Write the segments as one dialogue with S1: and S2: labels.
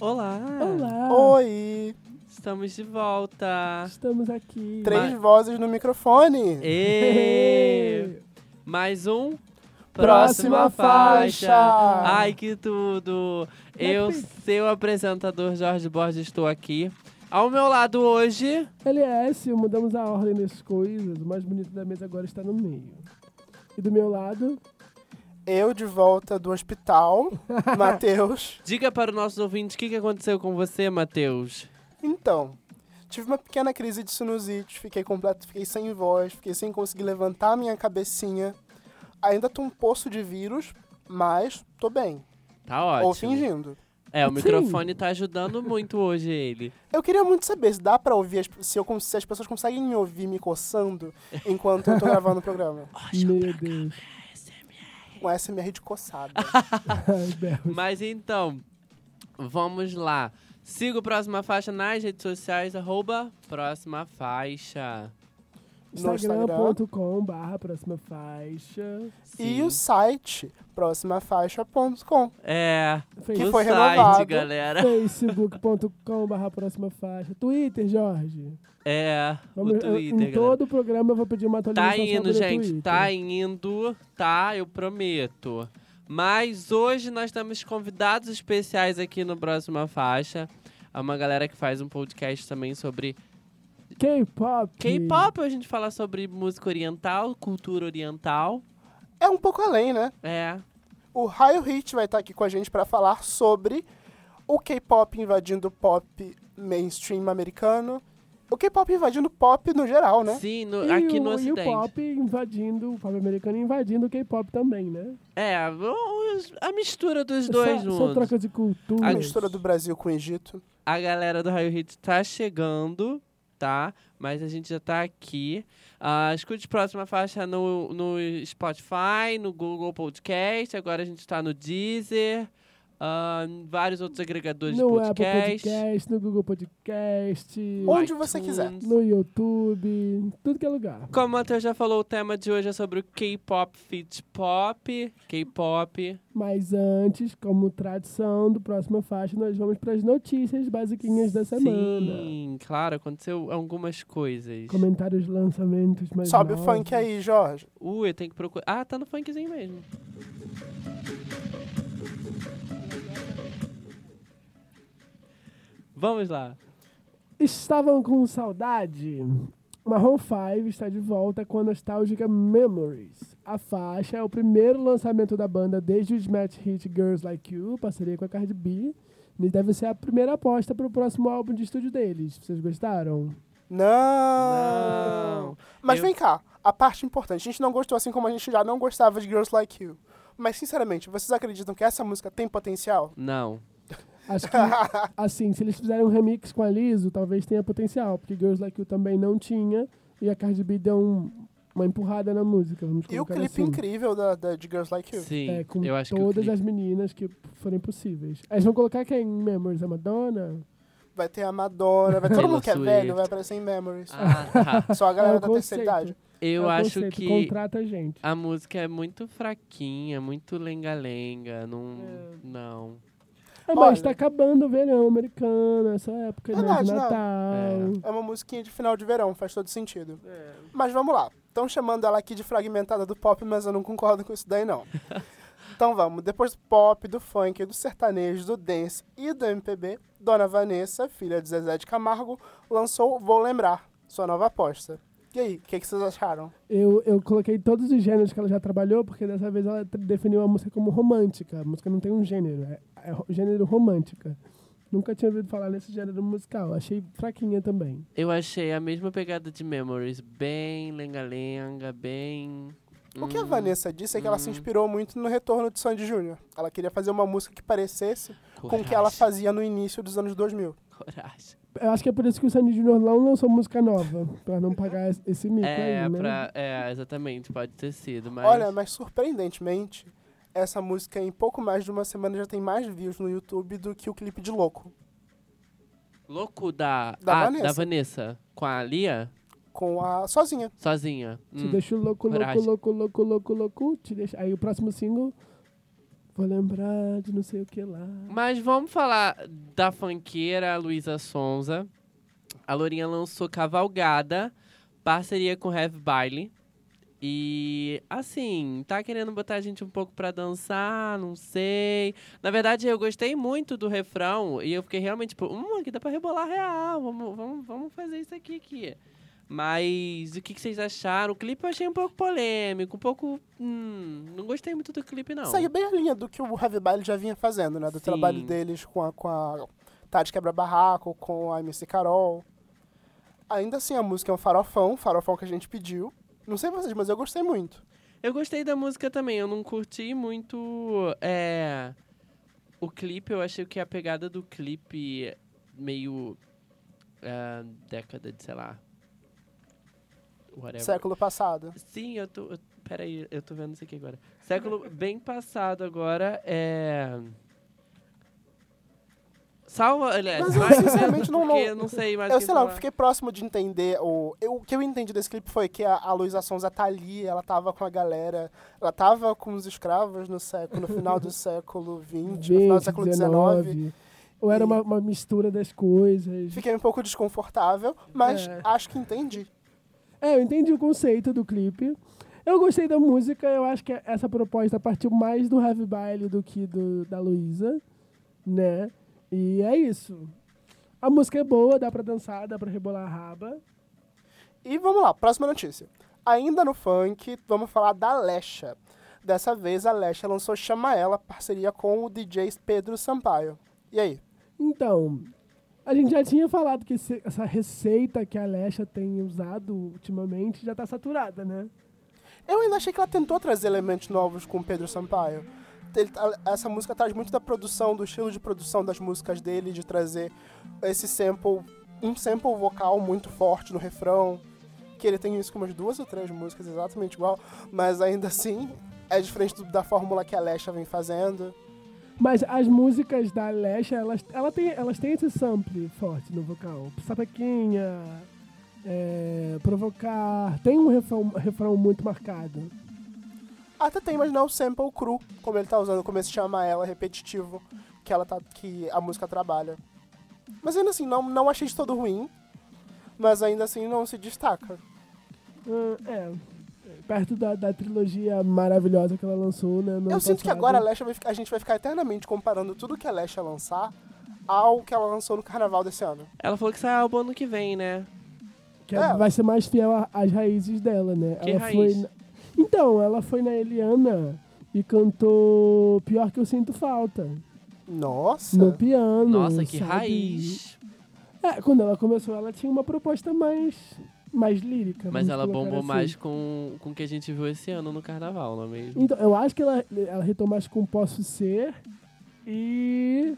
S1: Olá!
S2: Olá!
S3: Oi!
S1: Hum. Estamos de volta!
S2: Estamos aqui.
S3: Três
S1: Mas-
S3: vozes no microfone.
S1: Ê! Mais um.
S3: Próxima faixa.
S1: Ai, que tudo! Eu, seu apresentador Jorge Borges, estou aqui. Ao meu lado hoje,
S2: LS, mudamos a ordem das coisas. O mais bonito da mesa agora está no meio. E do meu lado,
S3: Eu de volta do hospital, Matheus.
S1: diga para os nossos ouvintes o que que aconteceu com você, Matheus.
S3: Então, tive uma pequena crise de sinusite, fiquei completo, fiquei sem voz, fiquei sem conseguir levantar a minha cabecinha. Ainda tô um poço de vírus, mas tô bem.
S1: Tá ótimo.
S3: Ou fingindo.
S1: É, o
S2: Sim.
S1: microfone tá ajudando muito hoje ele.
S3: Eu queria muito saber se dá pra ouvir, as- se, eu, cons- se as pessoas conseguem me ouvir me coçando enquanto eu tô gravando o programa.
S2: meu Deus.
S3: Um SMR de coçada.
S2: Ai, Bel.
S1: Mas então, vamos lá. Siga o Próxima Faixa nas redes sociais, arroba Próxima Faixa.
S3: No Instagram.
S2: Instagram.com barra próxima faixa.
S3: E o site, próximafaixa.com.
S1: É,
S2: Face-
S1: no
S3: foi
S1: site,
S3: renovado.
S1: galera.
S2: Facebook.com barra próxima faixa. Twitter, Jorge.
S1: É,
S2: Vamos-
S1: o
S2: eu-
S1: Twitter,
S2: em
S1: galera.
S2: todo o programa eu vou pedir uma
S1: Tá
S2: atualização sobre
S1: indo,
S2: o
S1: gente,
S2: Twitter.
S1: tá indo, tá? Eu prometo. Mas hoje nós temos convidados especiais aqui no Próxima Faixa. É uma galera que faz um podcast também sobre
S2: K-pop.
S1: K-pop. A gente fala sobre música oriental, cultura oriental.
S3: É um pouco além, né?
S1: É,
S3: O Raio Hit vai estar aqui com a gente para falar sobre o K-pop invadindo o pop mainstream americano. O K-pop invadindo o pop no geral, né?
S1: sim, no-
S2: E
S1: aqui
S2: o,
S1: no
S2: e o
S1: Ocidente.
S2: pop invadindo, o pop americano invadindo o K-pop também, né?
S1: É, os- a mistura dos dois
S2: essa, essa
S1: juntos.
S2: troca de cultura.
S3: A mistura do Brasil com o Egito.
S1: A galera do Raio Hit tá chegando, tá? Mas a gente já tá aqui. Ah, escute a próxima faixa no, no Spotify, no Google Podcast. Agora a gente tá no Deezer, ah, em vários outros agregadores
S2: no
S1: de
S2: é Apple
S1: podcast.
S2: Podcast, no Google Podcast,
S3: Onde você quiser.
S2: no YouTube, em tudo que é lugar.
S1: Como o Matheus já falou, o tema de hoje é sobre o K-pop fit pop. K-pop.
S2: Mas antes, como tradição do próxima faixa, nós vamos para as notícias basiquinhas da semana.
S1: Sim, claro, aconteceu algumas coisas.
S2: Comentários, lançamentos, mais
S3: Sobe o
S2: novos.
S3: funk aí, Jorge.
S1: Uh, eu tenho que procurar. Ah, tá no funkzinho mesmo. Vamos lá.
S2: Estavam com saudade? Marron 5 está de volta com a nostálgica Memories. A faixa é o primeiro lançamento da banda desde o Smash Hit Girls Like You, parceria com a Cardi B, e deve ser a primeira aposta para o próximo álbum de estúdio deles. Vocês gostaram?
S3: Não!
S1: Não.
S3: Mas
S1: Eu-
S3: vem cá, a parte importante. A gente não gostou assim como a gente já não gostava de Girls Like You. Mas, sinceramente, vocês acreditam que essa música tem potencial?
S1: Não.
S2: Acho que, assim, se eles fizerem um remix com a Liso, talvez tenha potencial, porque Girls Like You também não tinha, e a Cardi B deu um- uma empurrada na música. Vamos
S3: E o
S2: colocar
S3: clipe
S2: assim.
S3: incrível da, da- de Girls Like You.
S1: é Sim,
S2: É, com
S1: eu acho que o
S2: todas
S1: clipe-
S2: as meninas que forem possíveis. Eles vão colocar quem? em Memories, a Madonna?
S3: Vai ter a Madonna, vai todo
S1: Taylor
S3: mundo que é
S1: Swift.
S3: velho, vai aparecer em Memories.
S1: Ah, tá.
S3: Só a
S2: É
S3: galera
S2: o
S3: da terceira idade.
S2: É
S1: Eu
S2: o
S1: acho
S2: conceito,
S1: que
S2: Contrata a gente.
S1: a música é muito fraquinha, muito lenga-lenga. Não.
S2: É.
S1: Não.
S2: Ah,
S3: Olha. É
S2: mas tá acabando o verão americano, essa época né,
S3: Verdade,
S2: de
S3: não.
S2: Natal.
S3: É uma musiquinha de final de verão, faz todo sentido.
S1: É.
S3: Mas vamos lá. Estão chamando ela aqui de fragmentada do pop, mas eu não concordo com isso daí, não. então vamos. Depois do pop, do funk, do sertanejo, do dance e do MPB, Dona Vanessa, filha de Zezé de Camargo, lançou Vou Lembrar, sua nova aposta. E aí, o que, que vocês acharam?
S2: Eu, eu coloquei todos os gêneros que ela já trabalhou, porque dessa vez ela t- definiu a música como romântica. A música não tem um gênero, é, é ro- gênero romântica. Nunca tinha ouvido falar nesse gênero musical. Achei fraquinha também.
S1: Eu achei a mesma pegada de Memories. Bem lenga-lenga, bem.
S3: O que a
S1: Hum,
S3: Vanessa disse é que ela se inspirou muito no retorno de Sandy Júnior. Ela queria fazer uma música que parecesse com o que ela
S1: coragem,
S3: fazia no início dos anos 2000.
S1: Coragem.
S2: Eu acho que é por isso que o Sandy Junior não lançou música nova, pra não pagar es- esse mico
S1: É,
S2: aí, né?
S1: pra, é, exatamente, pode ter sido, mas.
S3: Tá Olha, mas surpreendentemente, essa música em pouco mais de uma semana já tem mais views no YouTube do que o clipe de Louco,
S1: Louco da,
S3: Da
S1: ah,
S3: Vanessa.
S1: da Vanessa com a Lia,
S3: com a sozinha.
S1: sozinha.
S2: Te
S1: Hum.
S3: Tipo,
S2: deixo louco, louco,
S1: coragem.
S2: louco, louco, louco, louco. Te deixo... Aí o próximo single Vou lembrar de não sei o que lá.
S1: Mas vamos falar da funkeira Luísa Sonza. A Lourinha lançou Cavalgada, parceria com Have Bailey. E, assim, tá querendo botar a gente um pouco pra dançar, não sei. Na verdade, eu gostei muito do refrão e eu fiquei realmente tipo, hum, aqui dá pra rebolar real, vamos, vamos, vamos fazer isso aqui, aqui. Mas o que, que vocês acharam? O clipe eu achei um pouco polêmico, um pouco. hum, não gostei muito do clipe, não.
S3: Segue bem a linha do que o Heavy Baile já vinha fazendo, né? Do
S1: Sim.
S3: trabalho deles com a, com a Tati Quebra-Barraco, com a MC Carol. Ainda assim, a música é um farofão, farofão que a gente pediu. Não sei vocês, mas eu gostei muito.
S1: Eu gostei da música também, eu não curti muito é, o clipe, eu achei que a pegada do clipe meio é, década de, sei lá. Whatever.
S3: Século passado.
S1: Sim, eu tô. Eu, peraí, eu tô vendo isso aqui agora. Século bem passado agora é. Salva, aliás,
S3: Mas eu,
S1: marca,
S3: sinceramente, não-
S1: porque
S3: não-
S1: eu não sei mais o
S3: Eu
S1: que
S3: sei lá, eu
S1: falar.
S3: fiquei próximo de entender. O, eu- o que eu entendi desse clipe foi que a, a Luísa Sonza tá ali, ela tava com a galera, ela tava com os escravos no século, no final do século XX, no Hum, final do século XIX.
S2: Ou era
S3: E-
S2: uma, uma mistura das coisas.
S3: Fiquei um pouco desconfortável, mas
S2: É.
S3: acho que entendi.
S2: É, eu entendi o conceito do clipe. Eu gostei da música, eu acho que essa proposta partiu mais do Heavy Baile do que do, da Luísa, né? E é isso. A música é boa, dá pra dançar, dá pra rebolar a raba.
S3: E vamos lá, próxima notícia. Ainda no funk, vamos falar da Lesha. Dessa vez a Lesha lançou Chama Ela, parceria com o DJ Pedro Sampaio. E aí?
S2: Então, a gente já tinha falado que esse- essa receita que a Alexa tem usado ultimamente já tá saturada, né?
S3: Eu ainda achei que ela tentou trazer elementos novos com o Pedro Sampaio. Ele tá- essa música traz muito da produção, do estilo de produção das músicas dele, de trazer esse sample, um sample vocal muito forte no refrão. Que ele tem isso com umas duas ou três músicas exatamente igual, mas ainda assim é diferente do- da fórmula que a Lesha vem fazendo.
S2: Mas as músicas da Alexa, elas, ela tem, elas têm esse sample forte no vocal. Sapequinha, é, provocar. Tem um refrão, refrão muito marcado.
S3: Até tem, mas não é o sample cru, como ele tá usando, como esse chama ela, repetitivo, que ela tá. que a música trabalha. Mas ainda assim, não, não achei de todo ruim, mas ainda assim não se destaca.
S2: Hum, é. Perto da, da trilogia maravilhosa que ela lançou, né? no
S3: Eu
S2: ano
S3: sinto que
S2: passado.
S3: agora a Lesha vai ficar- a gente vai ficar eternamente comparando tudo que a Lesha lançar ao que ela lançou no carnaval desse ano.
S1: Ela falou que sai álbum ano que vem, né?
S2: Que
S3: É.
S2: vai ser mais fiel a- às raízes dela, né?
S1: Que
S2: ela
S1: raiz?
S2: foi. na- Então, ela foi na Eliana e cantou Pior que eu sinto falta.
S3: Nossa!
S2: No piano.
S1: Nossa, que
S2: sabe?
S1: raiz.
S2: É, quando ela começou, ela tinha uma proposta mais. mais lírica.
S1: Mas
S2: vamos
S1: ela
S2: colocar
S1: bombou
S2: assim.
S1: mais com, com o que a gente viu esse ano no carnaval, não é mesmo?
S2: Então, eu acho que ela, ela retoma mais com Posso Ser e.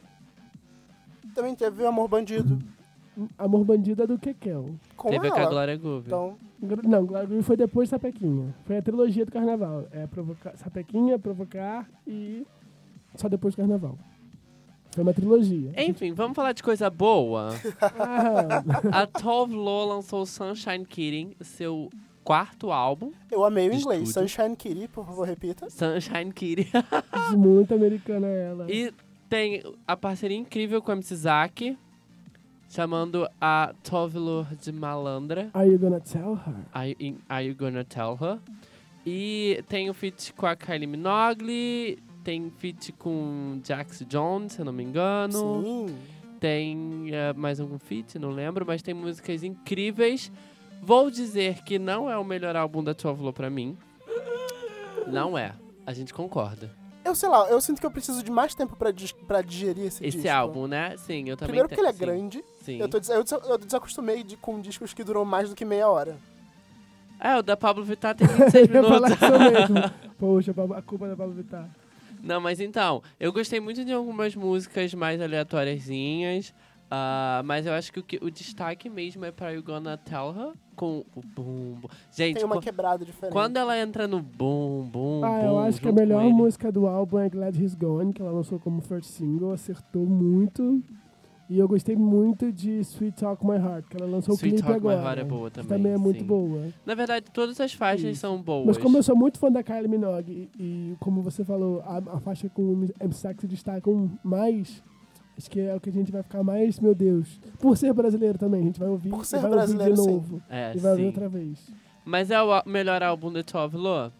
S3: Também teve Amor Bandido
S2: Amor Bandida do Kekel.
S3: com
S1: Teve com a
S3: ela.
S1: Glória Groove.
S3: Então,
S2: Gr- Não, Glória Groove foi depois de Sapequinha. Foi a trilogia do carnaval. É provocar, Sapequinha, provocar e só depois do carnaval. Foi uma trilogia.
S1: Enfim, vamos falar de coisa boa.
S2: Ah,
S1: A Tove Lo lançou Sunshine Kidding, seu quarto álbum.
S3: eu amei o inglês.
S1: Estúdio.
S3: Sunshine Kitty, por favor, repita.
S1: Sunshine Kidding.
S2: muito americana ela.
S1: E tem a parceria incrível com a MC Zack, chamando a Tove Lo de malandra.
S2: Are you gonna tell her?
S1: Are you, are you gonna tell her? E tem o feat com a Kylie Minogue, tem feat com Jax Jones, se eu não me engano.
S3: Sim.
S1: Tem eh, mais algum feat, não lembro, mas tem músicas incríveis. Vou dizer que não é o melhor álbum da Tove Lo pra mim. Não é. A gente concorda.
S3: Eu sei lá, eu sinto que eu preciso de mais tempo pra, dis- pra digerir esse,
S1: Esse
S3: disco.
S1: álbum, né? Sim, eu também
S3: Primeiro porque ele é
S1: te- sim,
S3: grande.
S1: Sim.
S3: Eu, tô, des- eu, des- eu desacostumei de, com discos que duram mais do que meia hora.
S1: É, o da Pablo Vittar tem 26
S2: Eu ia falar
S1: minutos.
S2: isso mesmo. Poxa, Pablo- a culpa é da Pablo Vittar.
S1: Não, mas então, eu gostei muito de algumas músicas mais aleatóriazinhas. ah, mas eu acho que o, que o destaque mesmo é pra You Gonna Tell Her com o bumbo. Gente,
S3: Tem uma
S1: qu-
S3: quebrada diferente.
S1: quando é ela entra no bum, bum,
S2: Ah,
S1: bum,
S2: eu acho que a
S1: junto com
S2: melhor
S1: ele-
S2: música do álbum é Glad He's Gone, que ela lançou como first single, acertou muito. E eu gostei muito de Sweet Talk My Heart, que ela lançou
S1: Sweet
S2: o clipe
S1: Talk
S2: agora.
S1: My Heart é boa
S2: que
S1: também.
S2: também é muito
S1: sim.
S2: boa.
S1: Na verdade, todas as faixas
S2: Isso.
S1: são boas.
S2: Mas como eu sou muito fã da Kylie Minogue, e, e como você falou, a, a faixa com o M-Sax se destacam um mais, acho que é o que a gente vai ficar mais, meu Deus. Por ser brasileiro também, a gente vai ouvir,
S3: Por
S2: e
S3: ser
S2: vai
S3: brasileiro,
S2: ouvir
S3: sim.
S2: de novo.
S1: É,
S2: E vai ouvir
S1: sim.
S2: outra vez.
S1: Mas é o a- melhor álbum da Tove Lo?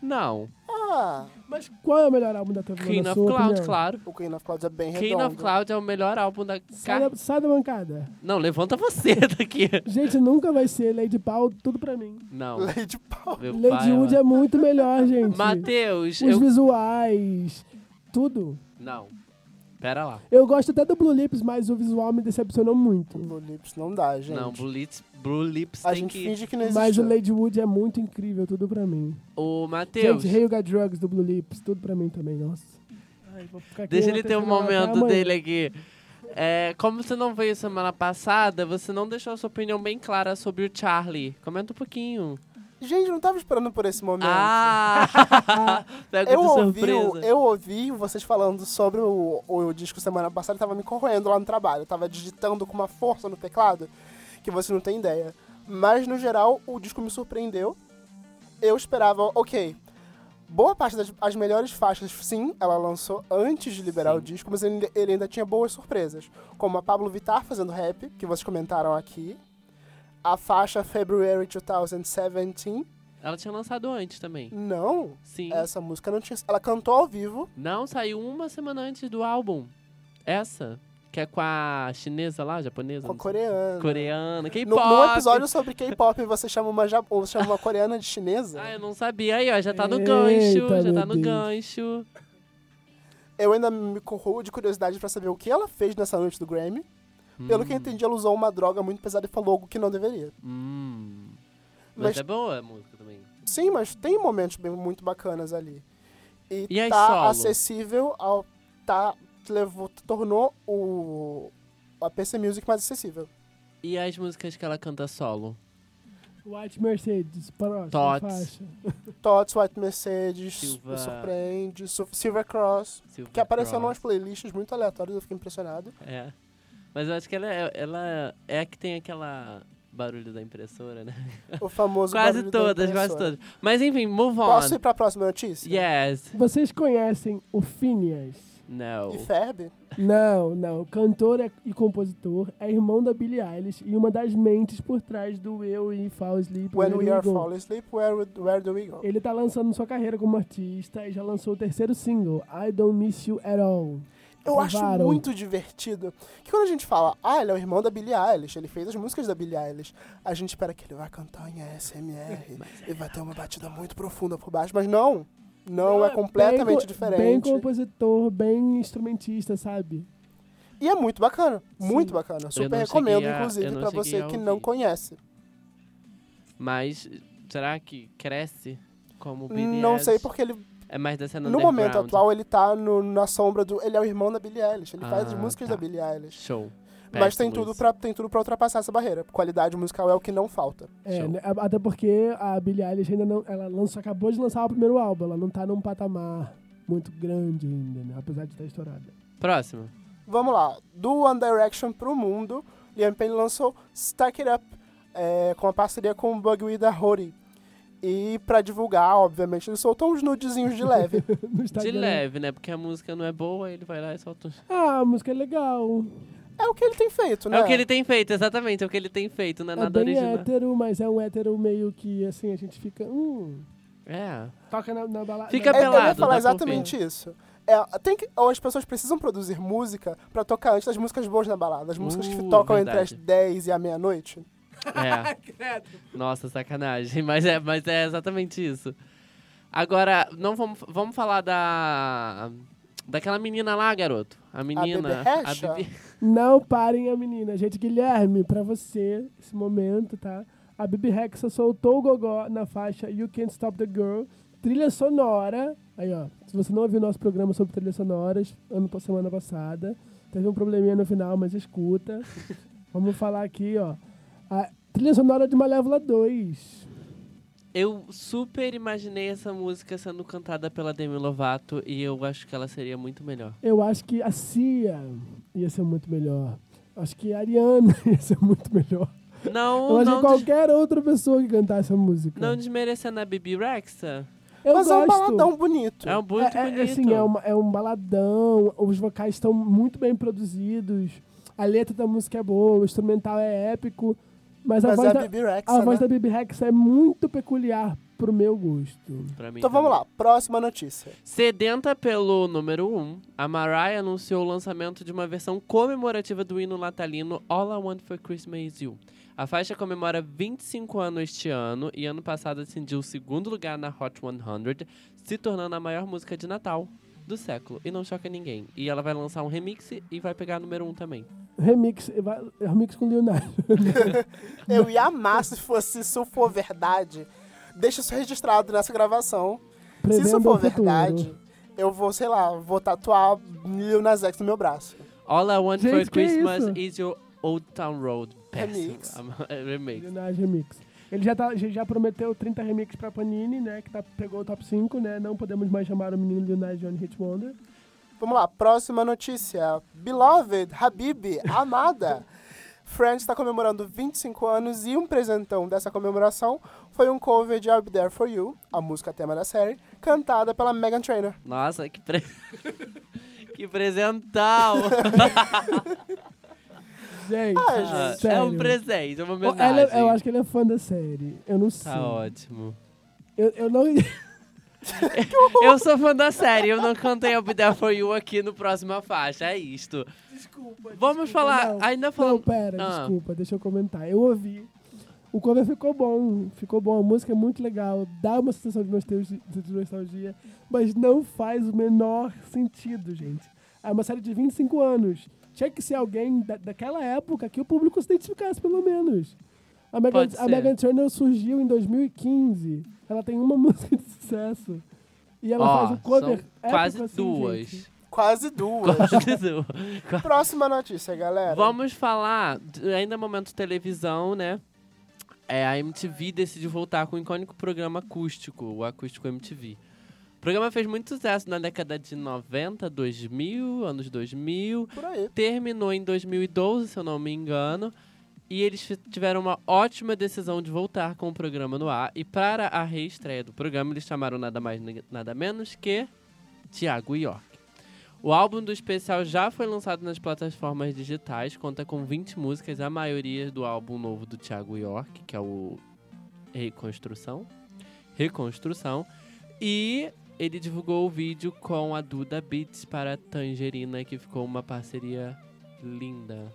S1: Não.
S3: Ah,
S2: Mas qual é o melhor álbum da tua vida?
S1: King
S2: na
S1: of
S2: sua
S1: Cloud,
S2: opinião?
S1: claro.
S3: o Queen of Clouds é bem
S1: King
S3: redondo.
S1: of Cloud é o melhor álbum da...
S2: Sai
S1: Ca-
S2: da, sai da bancada.
S1: Não, levanta você daqui.
S2: Gente, nunca vai ser Lady Paul, tudo pra mim.
S1: Não.
S3: Lady Paul.
S1: Meu
S2: Lady
S1: pai,
S2: Wood
S1: ela-
S2: é muito melhor, gente.
S1: Mateus,
S2: Os
S1: eu...
S2: visuais, tudo.
S1: Não. Pera lá.
S2: Eu gosto até do Blue Lips, mas o visual me decepcionou muito.
S3: Blue Lips não dá, gente.
S1: Não, Blue Lips, Blue Lips
S3: a
S1: tem
S3: gente
S1: que...
S3: finge que não existe.
S2: Mas o Lady Wood é muito incrível, tudo pra mim.
S1: Ô, Mateus,
S2: Gente, Hey You Got Drugs do Blue Lips, tudo pra mim também, nossa. Ai, vou ficar aqui
S1: deixa
S2: na
S1: ele ter um
S2: terceira hora até
S1: momento
S2: amanhã.
S1: dele aqui. É, como você não veio semana passada, você não deixou a sua opinião bem clara sobre o Charlie. Comenta um pouquinho.
S3: Gente, eu não tava esperando por esse momento.
S1: Ah! Pega
S3: eu
S1: de
S3: ouvi,
S1: surpresa.
S3: o- eu ouvi vocês falando sobre o, o disco semana passada, tava me corroendo lá no trabalho, eu tava digitando com uma força no teclado que você não tem ideia. Mas no geral, o disco me surpreendeu. Eu esperava, ok. Boa parte das as melhores faixas, sim, ela lançou antes de liberar
S1: Sim.
S3: o disco, mas ele, ele ainda tinha boas surpresas. Como a Pablo Vittar fazendo rap, que vocês comentaram aqui. A faixa February 2017.
S1: Ela tinha lançado antes também.
S3: Não,
S1: Sim.
S3: essa música não tinha. Ela cantou ao vivo.
S1: Não, saiu uma semana antes do álbum. Essa. Que é com a chinesa lá, japonesa?
S3: Com a
S1: não sei.
S3: coreana.
S1: Coreana. K-pop.
S3: No, no episódio sobre K-pop, você chama uma, ja- ou chama uma coreana de chinesa.
S1: Ah, eu não sabia. Aí, ó, já tá no
S2: Eita,
S1: gancho. Já tá
S2: meu
S1: no
S2: Deus.
S1: gancho.
S3: Eu ainda me corroo de curiosidade pra saber o que ela fez nessa noite do Grammy. Pelo que eu entendi, ela usou uma droga muito pesada e falou algo que não deveria.
S1: Hum. Mas,
S3: Mas-
S1: é boa a música também.
S3: Sim, mas tem momentos bem, muito bacanas ali. E,
S1: E aí,
S3: tá
S1: solo?
S3: acessível ao. Tá, levou, tornou o. A PC Music mais acessível.
S1: E as músicas que ela canta solo?
S2: White Mercedes, próxima
S1: Tots.
S2: faixa.
S3: Tots, White Mercedes,
S1: Silva-
S3: Me Surpreende, Su- Silver Cross,
S1: Silver
S3: que apareceu
S1: Cross.
S3: numas playlists muito aleatórias, eu fiquei impressionado.
S1: É. Mas eu acho que ela é, ela é a que tem aquela barulho da impressora, né?
S3: O famoso
S1: Quase
S3: barulho da
S1: todas, quase
S3: impressora.
S1: todas. Mas enfim, move on.
S3: Posso ir pra próxima notícia?
S1: Yes.
S2: Vocês conhecem o Phineas?
S1: No.
S3: E Ferb?
S2: Não, não. Cantor é- e compositor, é irmão da Billie Eilish e uma das mentes por trás do Eu e Fall Asleep.
S3: When
S2: Where
S3: we
S2: Do
S3: are
S2: Go.
S3: falling asleep, where, would- where do we go?
S2: Ele tá lançando sua carreira como artista e já lançou o terceiro single, I Don't Miss You At All.
S3: Eu acho
S2: Provaram.
S3: muito divertido que quando a gente fala, ah, ele é o irmão da Billie Eilish, ele fez as músicas da Billie Eilish, a gente espera que ele vai cantar em ASMR
S1: é.
S3: e vai ter uma batida muito profunda por baixo, mas não. Não, é
S2: bem
S3: completamente
S2: co- Bem
S3: diferente.
S2: compositor, bem instrumentista, sabe?
S3: e é muito bacana, muito
S2: Sim.
S3: bacana. Super
S1: não
S3: recomendo,
S1: cheguei a- eu
S3: inclusive,
S1: não
S3: pra
S1: cheguei
S3: você
S1: a
S3: que não
S1: ouvir.
S3: conhece.
S1: Mas será que cresce como Billie
S3: não
S1: Eilish?
S3: sei porque ele
S1: É mais dessa
S3: No momento
S1: underground.
S3: atual, ele tá no- na sombra do. Ele é o irmão da Billie Eilish. Ele faz as
S1: Ah,
S3: músicas
S1: tá.
S3: da Billie Eilish.
S1: Show.
S3: Mas tem
S1: Péssimos.
S3: tudo, pra, tem tudo pra ultrapassar essa barreira. Qualidade musical é o que não falta.
S2: É,
S1: Show.
S2: né? A- até porque a Billie Eilish ainda não. Ela lançou, acabou de lançar o primeiro álbum, ela não tá num patamar muito grande ainda, né? Apesar de estar estourada.
S1: Próximo.
S3: Vamos lá. Do One Direction pro mundo, Liam Payne lançou Stack It Up é, com a parceria com o Bugwee da Hori. E pra divulgar, obviamente, ele soltou uns nudezinhos de leve.
S2: No
S3: Tá
S2: Instagram.
S1: De leve, né? Porque a música não é boa, ele vai lá e solta um...
S2: Ah, a música é legal.
S3: é o que ele tem feito, né?
S1: É o que ele tem feito, exatamente. É o que ele tem feito, não é
S2: É
S1: nada
S2: bem
S1: original.
S2: hétero, mas é um hétero meio que assim, a gente fica. Hum,
S1: É.
S2: toca na, na balada.
S1: Fica
S3: É, eu ia
S1: pelado, dá
S3: falar
S1: pra
S3: exatamente isso. É, tem que, ou as pessoas precisam produzir música pra tocar antes das músicas boas na balada. As músicas que
S1: Uh,
S3: tocam entre
S1: verdade.
S3: as 10 e a meia-noite.
S1: É. Nossa, sacanagem. Mas é, mas é exatamente isso. Agora, não vamos, vamos falar da. Daquela menina lá, garoto. A menina.
S3: Bebê Recha?
S1: Bibi-
S2: Não parem a menina. Gente, Guilherme, pra você, esse momento, tá? A Bibi Rexa soltou o gogó na faixa You Can't Stop the Girl, trilha sonora. Aí, ó, se você não ouviu nosso programa sobre trilhas sonoras, ano, semana passada, teve um probleminha no final, mas escuta. Vamos falar aqui, ó. A trilha sonora de Malévola 2.
S1: Eu super imaginei essa música sendo cantada pela Demi Lovato e eu acho que ela seria muito melhor.
S2: Eu acho que a Cia ia ser muito melhor. Acho que a Ariana ia ser muito melhor.
S1: Não,
S2: Eu acho
S1: não,
S2: que
S1: des-
S2: qualquer outra pessoa que cantasse a música.
S1: não desmerecendo a Bibi Rexa.
S2: Eu
S3: Mas é um
S2: gosto.
S3: baladão bonito.
S1: É um
S2: É-
S1: muito
S2: é,
S1: bonito.
S2: assim, é, uma- é um baladão, os vocais estão muito bem produzidos, a letra da música é boa, o instrumental é épico, mas a
S3: Mas
S2: voz
S3: é a
S2: da-
S3: Bibi Rexa,
S2: A
S3: né?
S2: voz da Bibi Rex é muito peculiar pro meu gosto.
S1: Pra mim
S3: Então vamos
S1: também.
S3: lá, próxima notícia.
S1: Sedenta pelo número 1, um, a Mariah anunciou o lançamento de uma versão comemorativa do hino natalino All I Want For Christmas Is You. A faixa comemora 25 anos este ano e ano passado atingiu o segundo lugar na Hot 100, se tornando a maior música de Natal do século e não choca ninguém. E ela vai lançar um remix e vai pegar número 1 um também.
S2: Remix, vai- remix com Leonardo.
S3: Eu ia amar se fosse, se isso for verdade. Deixa isso registrado nessa gravação. Se
S2: Prevendo
S3: isso
S2: o
S3: for
S2: futuro.
S3: verdade, eu vou, sei lá, vou tatuar Lil Nas X no meu braço.
S1: All I Want
S2: Gente,
S1: For
S2: que isso?
S1: Christmas Is Your Old Town Road. Péssimo. É
S3: Remix.
S1: remix.
S2: Leonardo remix. Ele já, tá, já- já prometeu 30 remixes pra Panini, né? Que tá, pegou o top 5, né? Não podemos mais chamar o menino Leonardo Johnny Hit Wonder.
S3: Vamos lá, próxima notícia. Beloved, Habib, amada. Friends está comemorando 25 anos e um presentão dessa comemoração foi um cover de I'll Be There For You, a música tema da série, cantada pela Megan Trainor.
S1: Nossa, que, pre... que presental!
S2: Gente,
S3: Ah, gente.
S1: É
S2: sério.
S1: um presente, é uma
S2: Ela-
S1: homenagem.
S2: eu acho que ele é fã da série. Eu não sei.
S1: Tá ótimo.
S2: Eu, eu não.
S1: Eu sou fã da série, eu não cantei I'll Be There For You aqui no Próxima Faixa, é isto.
S2: desculpa.
S1: Vamos falar,
S2: não.
S1: ainda
S2: Não,
S1: falando...
S2: pera,
S1: Ah.
S2: desculpa, deixa eu comentar. Eu ouvi. O cover ficou bom, ficou bom. A música é muito legal, dá uma sensação de nostalgia, de nostalgia, mas não faz o menor sentido, gente. É uma série de 25 anos. Tinha que ser alguém da, daquela época que o público se identificasse, pelo menos. A Megan,
S1: Pode
S2: a
S1: ser.
S2: Meghan Trainor surgiu em 2015. Ela tem uma música de sucesso. E ela
S1: Ó,
S2: faz um cover
S1: são
S2: épico
S1: quase
S2: assim,
S1: duas.
S2: gente.
S3: Quase duas.
S1: Quase duas.
S3: Próxima notícia, galera.
S1: Vamos falar, d- ainda é momento televisão, né? É, a MTV decidiu voltar com o icônico programa acústico, o Acústico MTV. O programa fez muito sucesso na década de 90, 2000, anos 2000.
S3: por aí.
S1: Terminou em 2012, se eu não me engano. E eles fi- tiveram uma ótima decisão de voltar com o programa no ar. E para a reestreia do programa, eles chamaram nada mais ni- nada menos que Tiago York. O álbum do especial já foi lançado nas plataformas digitais, conta com 20 músicas, a maioria do álbum novo do Tiago York, que é o Reconstrução. Reconstrução. E ele divulgou o vídeo com a Duda Beats para Tangerina, que ficou uma parceria linda.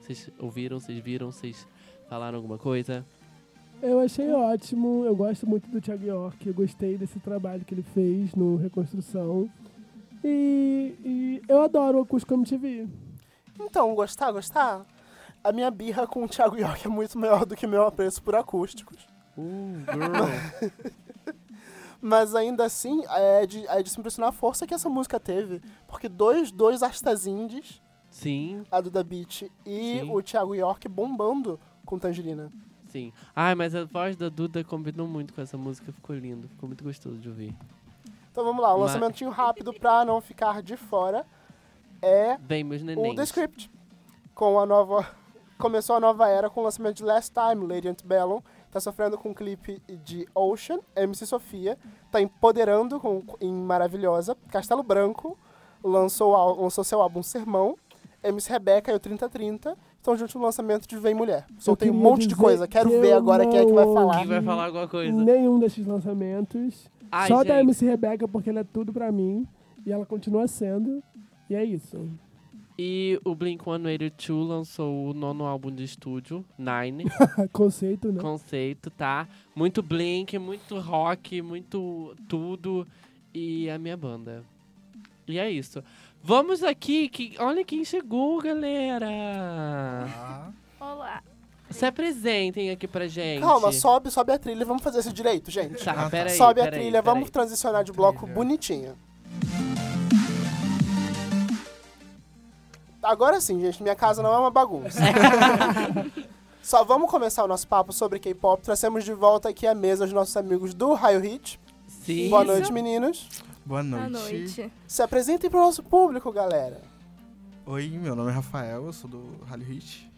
S1: Vocês ouviram, vocês viram, vocês falaram alguma coisa?
S2: Eu achei ótimo, eu gosto muito do Thiago York, eu gostei desse trabalho que ele fez no Reconstrução. E, e eu adoro o Acústico MTV.
S3: Então, gostar, gostar? A minha birra com o Thiago York é muito maior do que meu apreço por acústicos.
S1: Uh, girl.
S3: Mas ainda assim, é de, é de se impressionar a força que essa música teve. Porque dois, dois artistas indies,
S1: Sim,
S3: a Duda Beat e
S1: Sim.
S3: o Thiago York, bombando com Tangerina.
S1: sim. Ai, mas a voz da Duda combinou muito com essa música, ficou lindo, ficou muito gostoso de ouvir.
S3: Então vamos lá, um
S1: Mas-
S3: lançamentinho rápido pra não ficar de fora é
S1: Vem, meus
S3: o
S1: nenéns.
S3: The Script. Com a nova. Começou a nova era com o lançamento de Last Time, Lady Antebellum. Tá sofrendo com o clipe de Ocean, MC Sofia. Tá empoderando com, em Maravilhosa. Castelo Branco lançou, o ál- lançou seu álbum Sermão. MC Rebeca e o 3030 estão juntos no lançamento de Vem Mulher. Soltei um
S2: queria
S3: monte de
S2: dizer
S3: coisa. Quero
S2: que
S3: ver
S2: eu
S3: agora quem é que vai
S2: não
S3: falar.
S1: Quem vai falar alguma coisa?
S2: Nenhum desses lançamentos.
S1: Ai,
S2: Só da
S1: gente.
S2: MC Rebeca, porque ela é tudo pra mim. E ela continua sendo. E é isso.
S1: E o Blink-182 lançou o nono álbum de estúdio, Nine,
S2: Conceito, né?
S1: conceito, tá? Muito Blink, muito rock, muito tudo. E a minha banda. E é isso. Vamos aqui, que olha quem chegou, galera!
S3: Ah.
S4: Olá.
S1: Se apresentem aqui pra gente.
S3: Calma, sobe, sobe a trilha. Vamos fazer isso direito, gente.
S1: Tá, peraí,
S3: Sobe a
S1: peraí,
S3: trilha,
S1: peraí.
S3: vamos transicionar de bloco bonitinho. Agora sim, gente, minha casa não é uma bagunça. Só vamos começar o nosso papo sobre K-pop. Trazemos de volta aqui à mesa os nossos amigos do Raio Hit.
S1: Sim.
S3: Boa noite, meninos.
S5: Boa noite.
S4: Boa noite.
S3: Se apresentem pro nosso público, galera.
S4: Oi, meu nome é Rafael, eu sou do Rally Hit.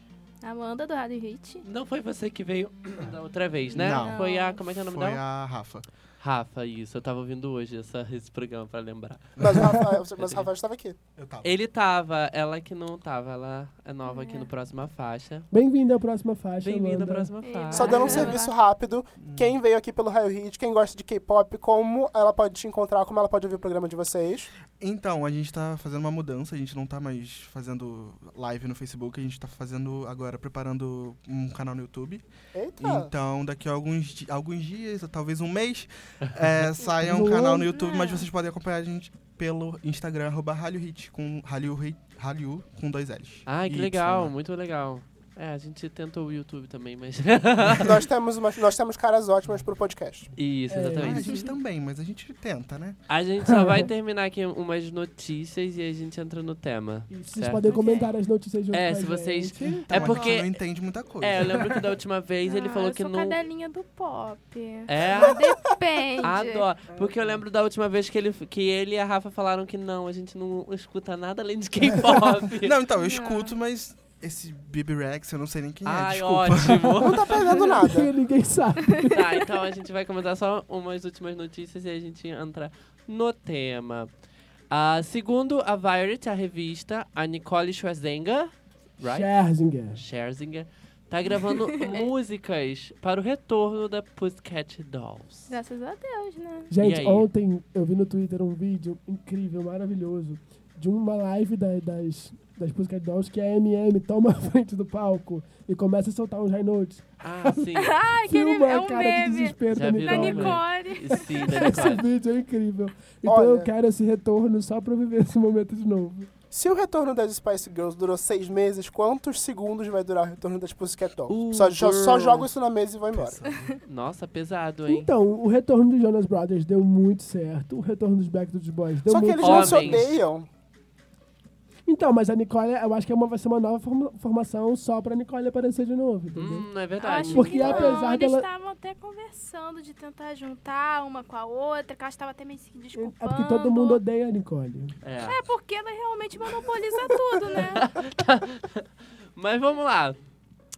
S5: Amanda do Rádio Hit.
S1: Não foi você que veio da outra vez, né?
S4: Não.
S1: Foi a. Como é que é o nome
S4: Foi
S1: dela?
S4: a Rafa.
S1: Rafa, isso. Eu tava ouvindo hoje essa- esse programa pra lembrar.
S3: Mas o Rafael, mas o Rafael estava aqui.
S4: Eu tava.
S1: Ele tava, ela que não tava, ela é nova aqui no Próxima Faixa.
S2: Bem-vindo à próxima faixa.
S1: Bem-vindo à
S2: Amanda.
S1: Próxima É.
S5: Ei,
S1: Faixa.
S3: Só dando um
S5: Ah.
S3: serviço rápido, quem veio aqui pelo Raio Hit, quem gosta de K-pop, como ela pode te encontrar, como ela pode ouvir o programa de vocês.
S4: Então, a gente tá fazendo uma mudança, a gente não tá mais fazendo live no Facebook, a gente tá fazendo agora, preparando um canal no YouTube.
S5: Tá.
S3: Eita!
S4: Então, daqui a alguns, di- alguns dias, ou talvez um mês, é, saia um
S2: Boa.
S4: canal no YouTube, mas
S5: É.
S4: vocês podem acompanhar a gente pelo Instagram, arroba Rallyhit, com Rallyhit, Rallyhu com dois L's.
S1: Ai, que
S4: E Y,
S1: legal,
S4: né?
S1: muito legal. É, a gente tentou o YouTube também, mas.
S3: Nós temos, umas- nós temos caras ótimas pro podcast.
S1: Isso,
S2: É.
S4: Ah, a
S1: exatamente.
S4: gente também, mas a gente tenta, né?
S1: A gente só vai terminar aqui umas notícias e a gente entra no tema.
S2: Isso, vocês
S1: certo?
S2: podem comentar as notícias junto
S1: É,
S2: com a
S1: se vocês-
S2: gente.
S4: Então,
S1: é
S4: A
S1: porque.
S4: gente não entende muita coisa.
S1: É, eu lembro que da última vez ele
S5: Ah,
S1: falou
S5: eu
S1: que
S5: sou
S1: não.
S5: cadelinha do pop.
S1: É,
S5: Depende.
S1: adoro. Porque eu lembro da última vez que ele, que ele e a Rafa falaram que não, a gente não escuta nada além de K-pop.
S4: Não, então, eu
S5: Não.
S4: escuto, mas esse Bibi Rex, eu não sei nem quem é,
S1: Ai,
S4: desculpa.
S1: ótimo.
S3: Não tá perdendo nada.
S2: Porque ninguém sabe.
S1: Tá, então a gente vai comentar só umas últimas notícias e a gente entra no tema. Ah, segundo a Variety, a revista, a Nicole Scherzinger, right?
S2: Scherzinger.
S1: Scherzinger tá gravando músicas para o retorno da Pussycat Dolls.
S5: Graças a Deus, né?
S1: E
S2: Gente,
S1: aí?
S2: ontem eu vi no Twitter um vídeo incrível, maravilhoso, de uma live da- das, das Pussycat Dolls que a MM toma a frente do palco e começa a soltar uns high notes.
S1: Ah, sim.
S5: Ai, que ele
S2: Filma
S5: é
S2: a
S5: um
S2: cara de
S5: meme.
S2: desespero né?
S1: Já
S2: da
S5: Da
S1: virou, um
S2: Nicole.
S5: Nicole.
S1: Sim, da
S2: Esse
S1: Nicole.
S2: vídeo é incrível. Então eu
S3: Olha.
S2: quero esse retorno só pra eu viver esse momento de novo.
S3: Se o retorno das Spice Girls durou seis meses, quantos segundos vai durar o retorno das Pussycat
S1: Uh,
S3: Dolls? Só, só, só
S1: girl.
S3: jogo isso na mesa e vou embora.
S1: Nossa, pesado, hein?
S2: Então, o retorno dos Jonas Brothers deu muito certo. O retorno dos Backstreet Boys deu
S3: Só que
S2: muito
S3: eles não se
S1: Homens.
S3: odeiam.
S2: Então, mas a Nicole, eu acho que é uma, vai ser uma nova forma- formação só pra Nicole aparecer de novo, entendeu?
S1: Hum, é
S5: Eu
S1: verdade.
S5: acho
S2: Porque
S5: que não,
S2: apesar
S5: eles
S2: dela-
S5: estavam até conversando de tentar juntar uma com a outra, que ela estava até meio se
S1: Hum.
S5: desculpando.
S2: É porque todo mundo odeia a Nicole.
S1: É.
S5: É porque ela realmente monopoliza tudo, né?
S1: Mas vamos lá.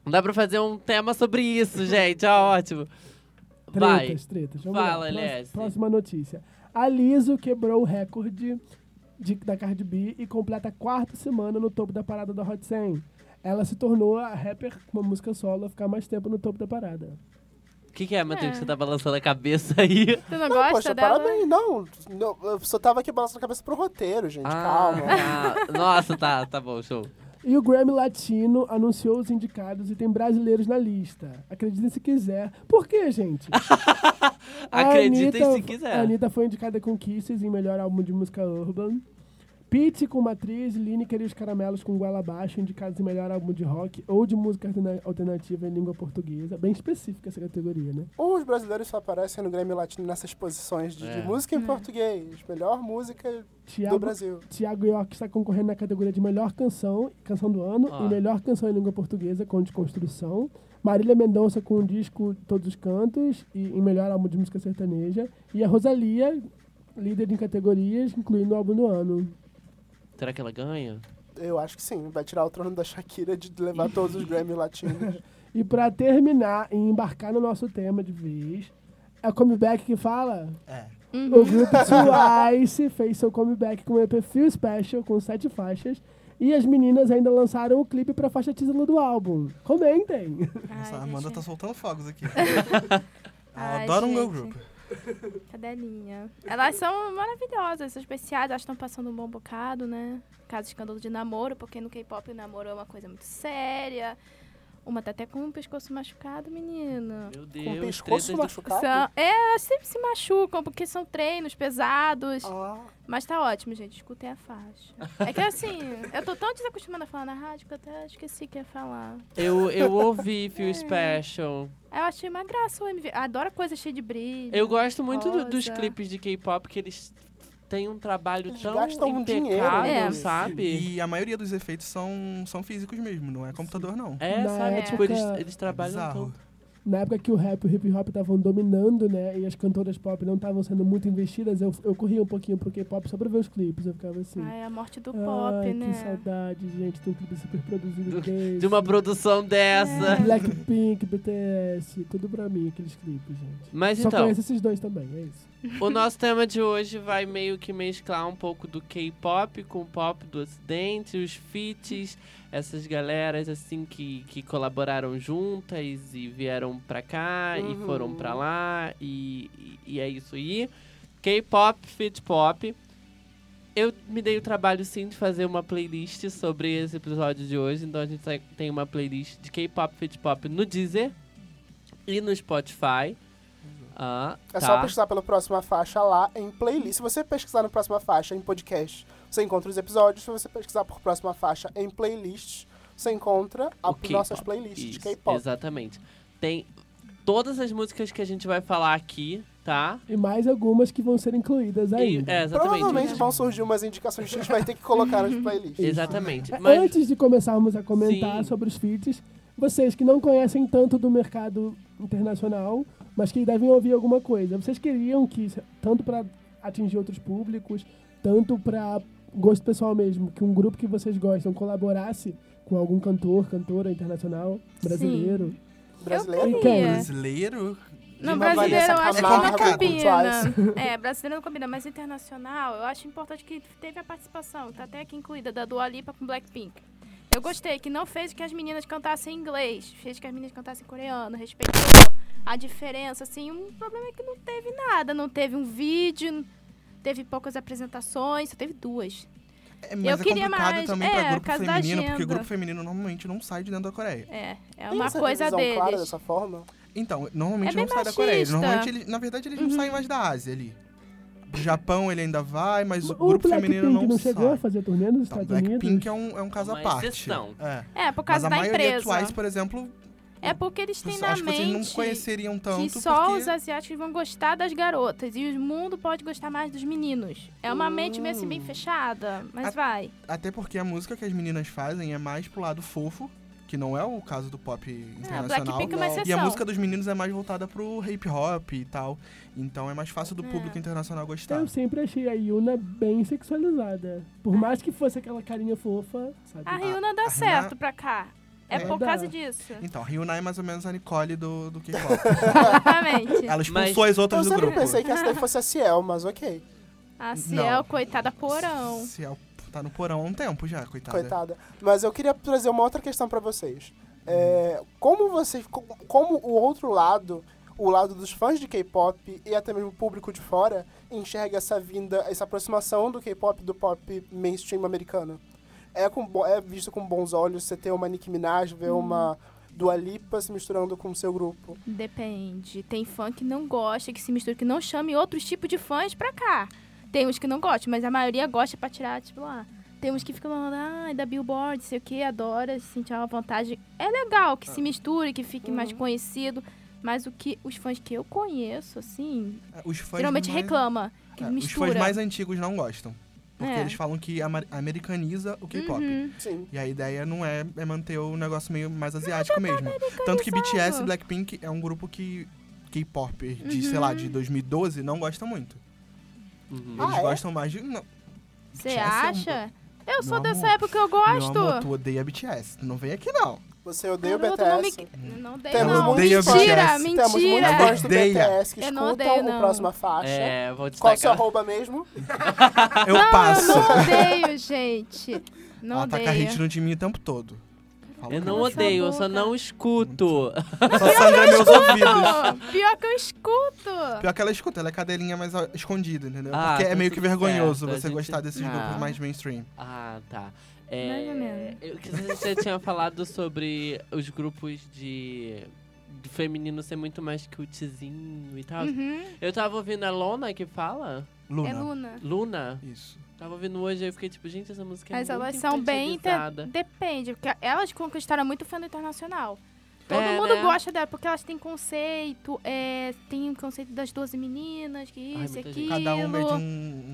S1: Dá pra fazer um tema sobre isso, gente. Ó, ótimo. Vai.
S2: Tretas, tretas. Vamos
S1: Fala,
S2: lá. Próxima-
S1: Elias.
S2: Próxima notícia. A Lizzo quebrou o recorde de- da Cardi B e completa a quarta semana no topo da parada da Hot 100. Ela se tornou a rapper com uma música solo a ficar mais tempo no topo da parada.
S1: O que, que é, Matheus, que
S5: É.
S1: você tá balançando a cabeça aí?
S5: Tu não,
S3: Não,
S5: gosta
S3: poxa,
S5: dela?
S3: parabéns. Não, não, eu só tava aqui balançando a cabeça pro roteiro, gente. Calma.
S1: ah, nossa, tá, tá bom, show.
S2: E o Grammy Latino anunciou os indicados e tem brasileiros na lista. Acreditem se quiser. Por quê, gente? A
S1: Acreditem
S2: Anitta-
S1: se quiser.
S2: A Anitta foi indicada com Kisses em melhor álbum de música urban. Pete com Matriz, Lineker e os Caramelos com Goela Abaixo, indicados em melhor álbum de rock ou de música alterna- alternativa em língua portuguesa. Bem específica essa categoria, né?
S3: Os brasileiros só aparecem no Grammy Latino nessas posições de, de
S1: É.
S3: música
S5: Hum.
S3: em português. Melhor música do
S2: Tiago,
S3: Brasil.
S2: Tiago York está concorrendo na categoria de melhor canção, canção do ano,
S1: Ah.
S2: e melhor canção em língua portuguesa com Desconstrução. Marília Mendonça com o disco Todos os Cantos, e em melhor álbum de música sertaneja. E a Rosalia, líder em categorias, incluindo o álbum do ano.
S1: Será que ela ganha?
S3: Eu acho que sim. Vai tirar o trono da Shakira de levar todos os Grammy latinos.
S2: E pra terminar e embarcar no nosso tema de vez, é o comeback que fala?
S4: É.
S5: Uhum.
S2: O grupo Twice fez seu comeback com o EP Feel Special, com sete faixas. E as meninas ainda lançaram o clipe pra faixa título do álbum. Comentem!
S4: Nossa,
S5: Ai,
S4: a Amanda
S5: gente.
S4: tá soltando fogos aqui.
S5: Ai,
S4: Ela adora um girl
S5: gente.
S4: group.
S5: Cadelinha. Elas são maravilhosas, são especiais, elas estão passando um bom bocado, né? Caso de escândalo de namoro, porque no K-pop o namoro é uma coisa muito séria. Uma tá até com o pescoço machucado, menina.
S1: Meu
S3: Com o
S1: Deus,
S3: pescoço
S1: tretas do...
S3: machucado.
S5: São- é, elas sempre se machucam, porque são treinos pesados.
S3: Ah,
S5: Mas tá ótimo, gente. Escutem a faixa. É que assim, eu tô tão desacostumada a falar na rádio que eu até esqueci que ia falar.
S1: eu, eu ouvi Feel Special.
S5: Eu achei uma graça o MV. Adoro coisa cheia de brilho.
S1: Eu gosto muito do- dos
S5: Rosa.
S1: clipes de K-pop que eles têm um trabalho
S3: Eles
S1: tão
S3: gastam um dinheiro
S1: impecável,
S5: nisso.
S1: sabe?
S4: E a maioria dos efeitos são, são físicos mesmo, não é computador, não.
S1: É,
S2: Na
S1: sabe? Tipo, eles,
S2: época-
S1: eles trabalham
S4: bizarro.
S1: tão...
S2: na época que o rap e o hip hop estavam dominando, né? E as cantoras pop não estavam sendo muito investidas, eu, eu corria um pouquinho pro K-pop só pra ver os clipes. Eu ficava assim.
S5: Ai, a morte do
S2: "Ai,
S5: pop,
S2: que
S5: né?
S2: saudade, gente, de um clipe super produzido.
S1: De uma produção dessa.
S5: É.
S2: Blackpink, BTS, tudo pra mim, aqueles clipes, gente.
S1: Mas
S2: Só
S1: então,
S2: conheço esses dois também, é isso.
S1: o nosso tema de hoje vai meio que mesclar um pouco do K-pop com o pop do Ocidente, os feats, essas galeras assim que, que colaboraram juntas e vieram pra cá e
S3: Uhum.
S1: foram pra lá e, e- e é isso aí. K-pop, feat pop. Eu me dei o trabalho sim de fazer uma playlist sobre esse episódio de hoje, então a gente tem- tem uma playlist de K-pop, feat pop no Deezer e no Spotify. Ah,
S3: É
S1: tá.
S3: só pesquisar pela próxima faixa lá em playlist. Se você pesquisar na próxima faixa em podcast, você encontra os episódios. Se você pesquisar por próxima faixa em playlist, você encontra
S1: O
S3: as
S1: K-pop.
S3: nossas playlists de
S1: Isso,
S3: K-pop.
S1: Exatamente. Tem todas as músicas que a gente vai falar aqui, tá?
S2: E mais algumas que vão ser incluídas
S1: E-
S2: ainda.
S1: é, exatamente.
S3: Provavelmente vão surgir umas indicações que a gente vai ter que colocar nas playlists.
S1: Exatamente.
S2: É,
S1: Mas
S2: Antes de começarmos a comentar
S1: Sim.
S2: sobre os feats, vocês que não conhecem tanto do mercado internacional, mas que devem ouvir alguma coisa, vocês queriam que, isso- tanto para atingir outros públicos, tanto para gosto pessoal mesmo, que um grupo que vocês gostam colaborasse com algum cantor, cantora internacional, brasileiro?
S3: Brasileiro?
S5: Eu
S2: Quem?
S5: queria.
S4: Brasileiro?
S5: Não,
S3: Diva
S5: brasileiro eu
S3: Vanessa
S5: acho que
S4: Camargo,
S5: não
S3: Twice.
S5: combina. É, brasileiro não combina, mas internacional eu acho importante que teve a participação, tá até aqui incluída, da Dua Lipa com Blackpink. Eu gostei, que não fez que as meninas cantassem em inglês, fez que as meninas cantassem em coreano, respeitou a diferença, assim, um problema é que não teve nada, não teve um vídeo, teve poucas apresentações, só teve duas.
S4: É, mas
S5: Eu
S4: é
S5: queria
S4: complicado
S5: mais,
S4: também
S5: é,
S4: pra
S5: por
S4: grupo
S5: causa da
S4: feminino, porque o
S5: agenda.
S4: grupo feminino normalmente não sai de dentro da Coreia.
S5: É, é
S3: Tem
S5: uma
S3: essa
S5: coisa
S3: divisão
S5: deles.
S3: clara dessa forma?
S4: Então, normalmente
S5: É
S4: não
S5: bem
S4: sai da Coreia.
S5: machista. Uhum.
S4: Normalmente, ele, na verdade, eles não saem mais da Ásia ali. Do Japão ele ainda vai, mas o,
S2: O
S4: grupo
S2: Blackpink
S4: feminino
S2: não,
S4: não,
S2: chegou a
S4: sai.
S2: fazer turnê nos
S4: Então,
S2: Estados Unidos?
S4: Blackpink é um, é um caso à
S1: Uma
S4: parte.
S1: exceção.
S4: É.
S5: É, por
S4: Mas
S5: causa
S4: a
S5: da
S4: maioria
S5: empresa.
S4: Twice, por exemplo, tipo,
S5: É porque eles têm na
S4: acho que vocês não
S5: mente
S4: conheceriam tanto.
S5: que só
S4: porque...
S5: os asiáticos vão gostar das garotas e o mundo pode gostar mais dos meninos. É uma mente meio assim bem fechada, mas
S4: Ah.
S5: vai. É,
S4: Até porque a música que as meninas fazem é mais pro lado fofo, que não é o caso do pop
S5: É,
S4: internacional.
S5: Blackpink é uma
S3: não. E a
S4: e a
S5: exceção.
S4: música dos meninos é mais voltada pro hip hop e tal. Então é mais fácil do
S5: É.
S4: público internacional gostar.
S2: Eu sempre achei a Yuna bem sexualizada. Por mais que fosse aquela carinha fofa, sabe?
S1: Ah,
S5: A Ryuna dá
S4: a
S5: certo
S4: Ryuna-
S5: pra cá. É,
S4: É,
S5: por
S2: dá.
S5: causa disso.
S4: Então, a Ryuna é mais ou menos a Nicole do, do K-pop.
S5: Exatamente.
S4: Ela expulsou
S1: Mas-
S4: as outras
S3: Então, Eu
S4: do
S3: sempre
S4: grupo.
S3: pensei que essa daí fosse a Ciel, mas ok.
S5: A Ciel, coitada porão.
S4: Se é o- tá no porão há um tempo já, coitada.
S3: Coitada. Mas eu queria trazer uma outra questão pra vocês. É, como vocês. co- Como o outro lado, o lado dos fãs de K-pop e até mesmo o público de fora, enxerga essa vinda, essa aproximação do K-pop do pop mainstream americano? É, com, bo- é visto com bons olhos você ter uma Nicki Minaj, ver
S5: Uhum.
S3: uma Dua Lipa se misturando com o seu grupo.
S5: Depende. Tem fã que não gosta, que se mistura, que não chame outros tipos de fãs pra cá. Tem uns que não gostam, mas a maioria gosta pra tirar, tipo, lá. Tem uns que ficam falando, ah, é da Billboard, sei o que, adora se sentir uma vantagem. É legal que
S3: Ah.
S5: se misture, que fique mais
S4: Uhum.
S5: conhecido. Mas o que os fãs que eu conheço, assim,
S4: É, Os fãs
S5: geralmente
S4: mais...
S5: reclama, que
S4: é,
S5: mistura.
S4: Os fãs mais antigos não gostam. Porque
S5: É.
S4: eles falam que ama- americaniza o K-pop.
S5: Uhum. é
S3: Sim.
S4: E a ideia não é, é manter o negócio meio mais asiático mesmo. Tanto que BTS e Blackpink é um grupo que K-pop de, sei lá,
S5: Uhum.
S4: de 2012 não gosta muito.
S1: Uhum.
S3: Ah,
S4: Eles
S3: é?
S4: gostam mais de... Não,
S5: Você
S4: BTS é um-
S5: acha? Eu sou
S4: Meu
S5: dessa
S4: amor.
S5: época, eu
S4: Meu amor,
S5: gosto.
S4: tu odeia BTS. Tu não vem aqui, não.
S3: Você odeia o
S5: Garoto, não me-
S3: BTS?
S5: Não odeio,
S3: Temos
S5: não.
S4: odeio
S5: Mentira,
S4: BTS.
S3: Temos muitos
S5: mentira.
S3: fãs do
S4: Odeia.
S3: BTS que
S5: Eu não
S3: escutam
S5: odeio, não.
S3: o próxima faixa.
S1: É, vou
S3: Qual
S1: destacar.
S3: o seu arroba mesmo?
S4: Eu
S5: Ah, não,
S4: passo.
S5: eu não odeio, gente. Não
S4: Ela taca
S5: odeio.
S4: hate no time o tempo todo. Fala
S1: Eu
S4: que
S1: não
S5: Cala sua
S1: odeio, eu só
S5: boca.
S1: não escuto.
S4: Só sangra meus ouvidos.
S5: Pô, Pior que eu escuto.
S4: Pior que ela escuta, ela é cadelinha mais ó, escondida, entendeu?
S1: Ah,
S4: Porque é
S1: tá
S4: meio que
S1: tudo
S4: vergonhoso
S1: certo, a
S4: você
S1: gente-
S4: gostar desses
S1: Ah.
S4: grupos mais mainstream.
S1: Ah, tá. É,
S5: Mais ou menos.
S1: Eu que você tinha falado sobre os grupos de, de feminino ser muito mais cutezinho e tal.
S5: Uhum.
S1: Eu tava ouvindo a Lona que fala,
S4: Luna.
S5: É Luna.
S1: Luna.
S4: Isso.
S1: Tava ouvindo hoje e eu fiquei tipo, gente, essa música é
S5: Mas
S1: muito
S5: elas são bem. inter-
S1: infantilizada.
S5: Depende, porque elas conquistaram muito o fã do internacional. Todo
S1: É,
S5: mundo
S1: né?
S5: gosta dela, porque elas têm conceito, é, tem o conceito das 12 meninas, que
S1: Ai,
S5: isso,
S1: muita
S5: e
S1: gente.
S5: aquilo.
S4: Cada uma é de um,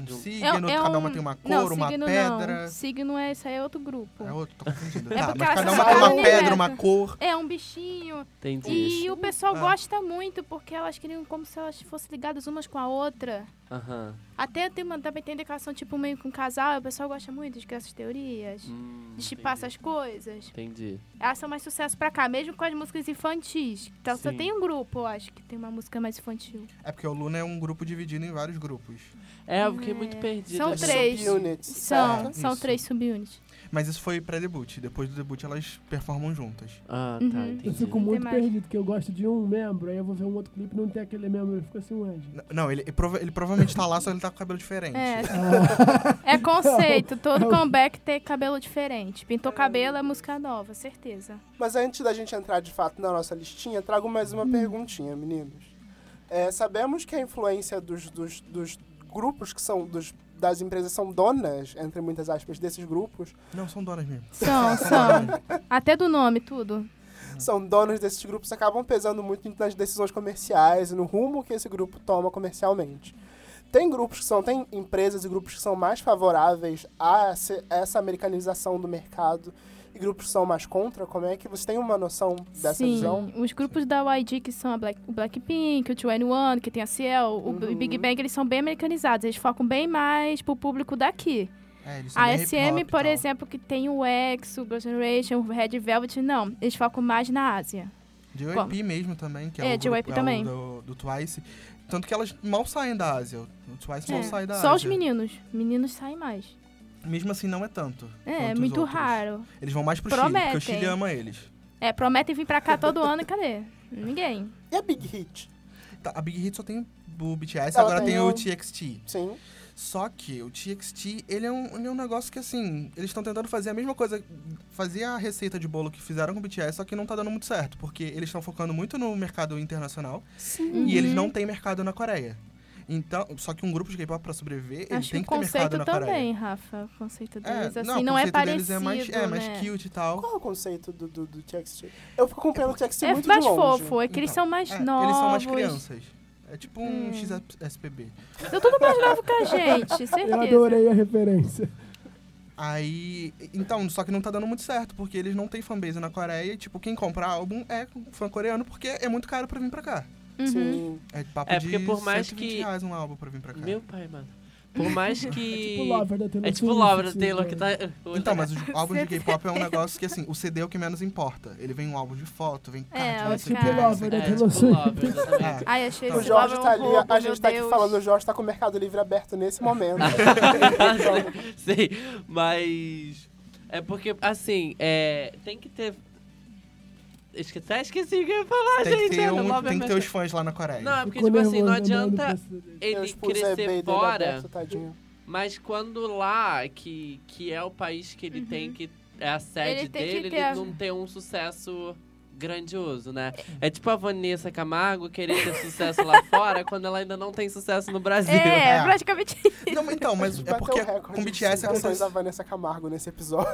S4: um
S1: De um-
S4: signo,
S5: É- é
S4: cada
S5: um-
S4: uma tem uma cor,
S5: não,
S4: uma
S5: signo
S4: pedra.
S5: Não. Signo é, isso aí é outro grupo.
S4: É outro, tô confundindo.
S5: É
S4: tá,
S5: porque
S4: mas
S5: elas
S4: cada
S3: são
S4: uma tem uma
S3: cada
S4: pedra,
S5: universo.
S4: uma cor.
S5: É um bichinho.
S1: Entendi.
S5: E o pessoal
S4: Ah.
S5: gosta muito, porque elas queriam como se elas fossem ligadas umas com a outra.
S1: Aham.
S5: Até tem uma, também tem indicação, tipo, meio com um casal, e o pessoal gosta muito de criar essas teorias.
S1: Hum,
S5: De chipar
S1: entendi.
S5: essas coisas.
S1: Entendi.
S5: Elas são mais sucesso pra cá, mesmo com as músicas infantis. Então só
S1: Sim.
S5: tem um grupo, eu acho, que tem uma música mais infantil.
S4: É porque o Luna é um grupo dividido em vários grupos.
S1: É, eu fiquei muito perdida.
S5: São
S1: agora.
S5: três.
S3: Subunits.
S5: São,
S4: É,
S5: são
S4: isso.
S5: três subunits.
S4: Mas isso foi pré-debut. Depois do debut elas performam juntas.
S1: Ah, tá,
S5: Uhum.
S2: Eu
S4: é
S1: entendi.
S2: fico muito
S5: mais.
S2: perdido, porque eu gosto de um membro, aí eu vou ver um outro clipe e não tem aquele membro, eu fico assim, ué. gente.
S4: N- Não, ele, ele prova- ele provavelmente tá lá, só ele tá com cabelo diferente.
S5: É. é conceito. Todo comeback tem cabelo diferente. Pintou cabelo é música nova, certeza.
S3: Mas antes da gente entrar de fato na nossa listinha, trago mais
S5: Hum.
S3: uma perguntinha, meninos. É, sabemos que a influência dos, dos, dos grupos que são dos, das empresas são donas, entre muitas aspas, desses grupos,
S4: Não, são donas mesmo.
S5: São, são. Até do nome, tudo.
S3: são donos desses grupos, acabam pesando muito nas decisões comerciais e no rumo que esse grupo toma comercialmente. Tem grupos que são, tem empresas e grupos que são mais favoráveis a esse- essa americanização do mercado e grupos que são mais contra. Como é que você tem uma noção dessa
S5: Sim.
S3: visão?
S5: Os grupos da YG, que são a Black, o Blackpink, o 21, que tem a Ciel, o B-
S3: Uhum.
S5: Big Bang, eles são bem americanizados. Eles focam bem mais pro público daqui.
S4: É, eles são
S5: A
S4: bem hip
S5: SM,
S4: hop e
S5: por
S4: tal.
S5: exemplo, que tem o X, o Girls' Generation, o Red Velvet, não. Eles focam mais na Ásia.
S4: JYP mesmo também, que é,
S5: É,
S4: o grupo,
S5: JYP
S4: é o
S5: também.
S4: do, do Twice. Tanto que elas mal saem da Ásia. O Twice
S5: É,
S4: mal sai da Ásia.
S5: Só os meninos. Meninos saem mais.
S4: Mesmo assim, não é tanto.
S5: É, é
S4: quanto os
S5: muito
S4: outros.
S5: raro.
S4: Eles vão mais pro Chile, porque o
S5: Prometem.
S4: Chile ama eles.
S5: É, prometem vir pra cá todo ano e cadê? Ninguém.
S3: E a Big Hit?
S4: Tá, A Big Hit só tem o BTS,
S3: Ela
S4: agora
S3: tem
S4: tem
S3: o-
S4: o TXT.
S3: Sim.
S4: Só que o TXT, ele é um, ele é um negócio que, assim, eles estão tentando fazer a mesma coisa, fazer a receita de bolo que fizeram com o BTS, só que não tá dando muito certo, porque eles estão focando muito no mercado internacional
S3: Sim.
S4: e eles
S5: Uhum.
S4: não têm mercado na Coreia. Então, só que um grupo de K-pop pra sobreviver, ele
S5: Acho que
S4: tem
S5: o
S4: que ter mercado
S5: conceito
S4: na Coreia.
S5: também, Rafa. O conceito deles, assim, não,
S4: o
S5: é
S4: conceito
S5: parecido,
S4: deles é mais, é, mais
S5: né?
S4: cute e tal.
S3: Qual é o conceito do, do, do TXT? Eu fico acompanhando o TXT
S5: É
S3: muito
S5: mais
S3: de longe.
S5: fofo, é que eles
S4: Então,
S5: são mais
S4: É,
S5: novos.
S4: eles são mais crianças. É tipo um
S5: Hum.
S4: XSPB.
S5: São Então, tudo mais novo que a gente, certeza.
S2: Eu adorei a referência.
S4: Aí, então, só que não tá dando muito certo, porque eles não têm fanbase na Coreia e, tipo, quem compra álbum é fã coreano, porque é muito caro pra vir pra cá.
S5: Uhum.
S3: Sim.
S4: É papo
S1: É, porque
S4: de
S1: por mais
S4: 120
S1: que-
S4: reais um álbum pra vir pra cá.
S1: Meu pai, mano. Por mais
S4: É
S1: que.
S2: Tipo o Lover da Taylor
S1: É tipo o
S2: Swift,
S1: Laura
S2: assim,
S1: Taylor
S2: né?
S1: que tá.
S4: Então, mas o álbum de
S5: certeza.
S4: K-pop é um negócio que, assim, o CD é o que menos importa. Ele vem um álbum de foto, vem card,
S5: É,
S4: vem
S5: os
S4: CD,
S5: cards.
S4: não sei
S1: É,
S2: da
S4: o quê.
S1: tipo
S2: Taylor
S1: o
S2: Swift.
S1: Lover, exatamente.
S4: É.
S5: Ai, achei
S3: O
S5: esse
S3: Jorge
S5: Lava
S3: tá
S5: um
S3: ali,
S5: roubo,
S3: a
S5: meu
S3: gente tá aqui
S5: Deus.
S3: falando, o Jorge tá com o Mercado Livre aberto nesse momento.
S1: Sei, mas. É porque, assim, é, tem que ter. Esque... Até esqueci o que eu ia falar,
S4: Tem que
S1: gente.
S4: ter,
S1: é,
S4: um-
S1: não,
S4: tem que ter
S1: mas-
S4: os fãs lá na Coreia.
S1: Não, é porque,
S2: Ficou
S1: tipo assim, não
S4: né,
S2: nervoso andando
S1: adianta
S2: pra cidade.
S3: Eu
S1: ele
S3: expus a eBay
S1: crescer
S3: dele
S1: fora,
S3: aberto, tadinho.
S1: mas quando lá, que, que é o país que ele tem que. É a sede
S5: Uhum. Ele tem que
S1: dele,
S5: ter
S1: ele
S5: a-
S1: não tem um sucesso grandioso, né? É tipo a Vanessa Camargo querer ter sucesso lá fora quando ela ainda não tem sucesso no Brasil.
S5: É,
S4: É.
S5: praticamente.
S4: Não, mas então, mas é
S3: Bateu
S4: porque
S3: o recorde
S4: com
S3: de
S4: BTS
S3: citações
S4: acontece...
S3: da Vanessa Camargo nesse episódio.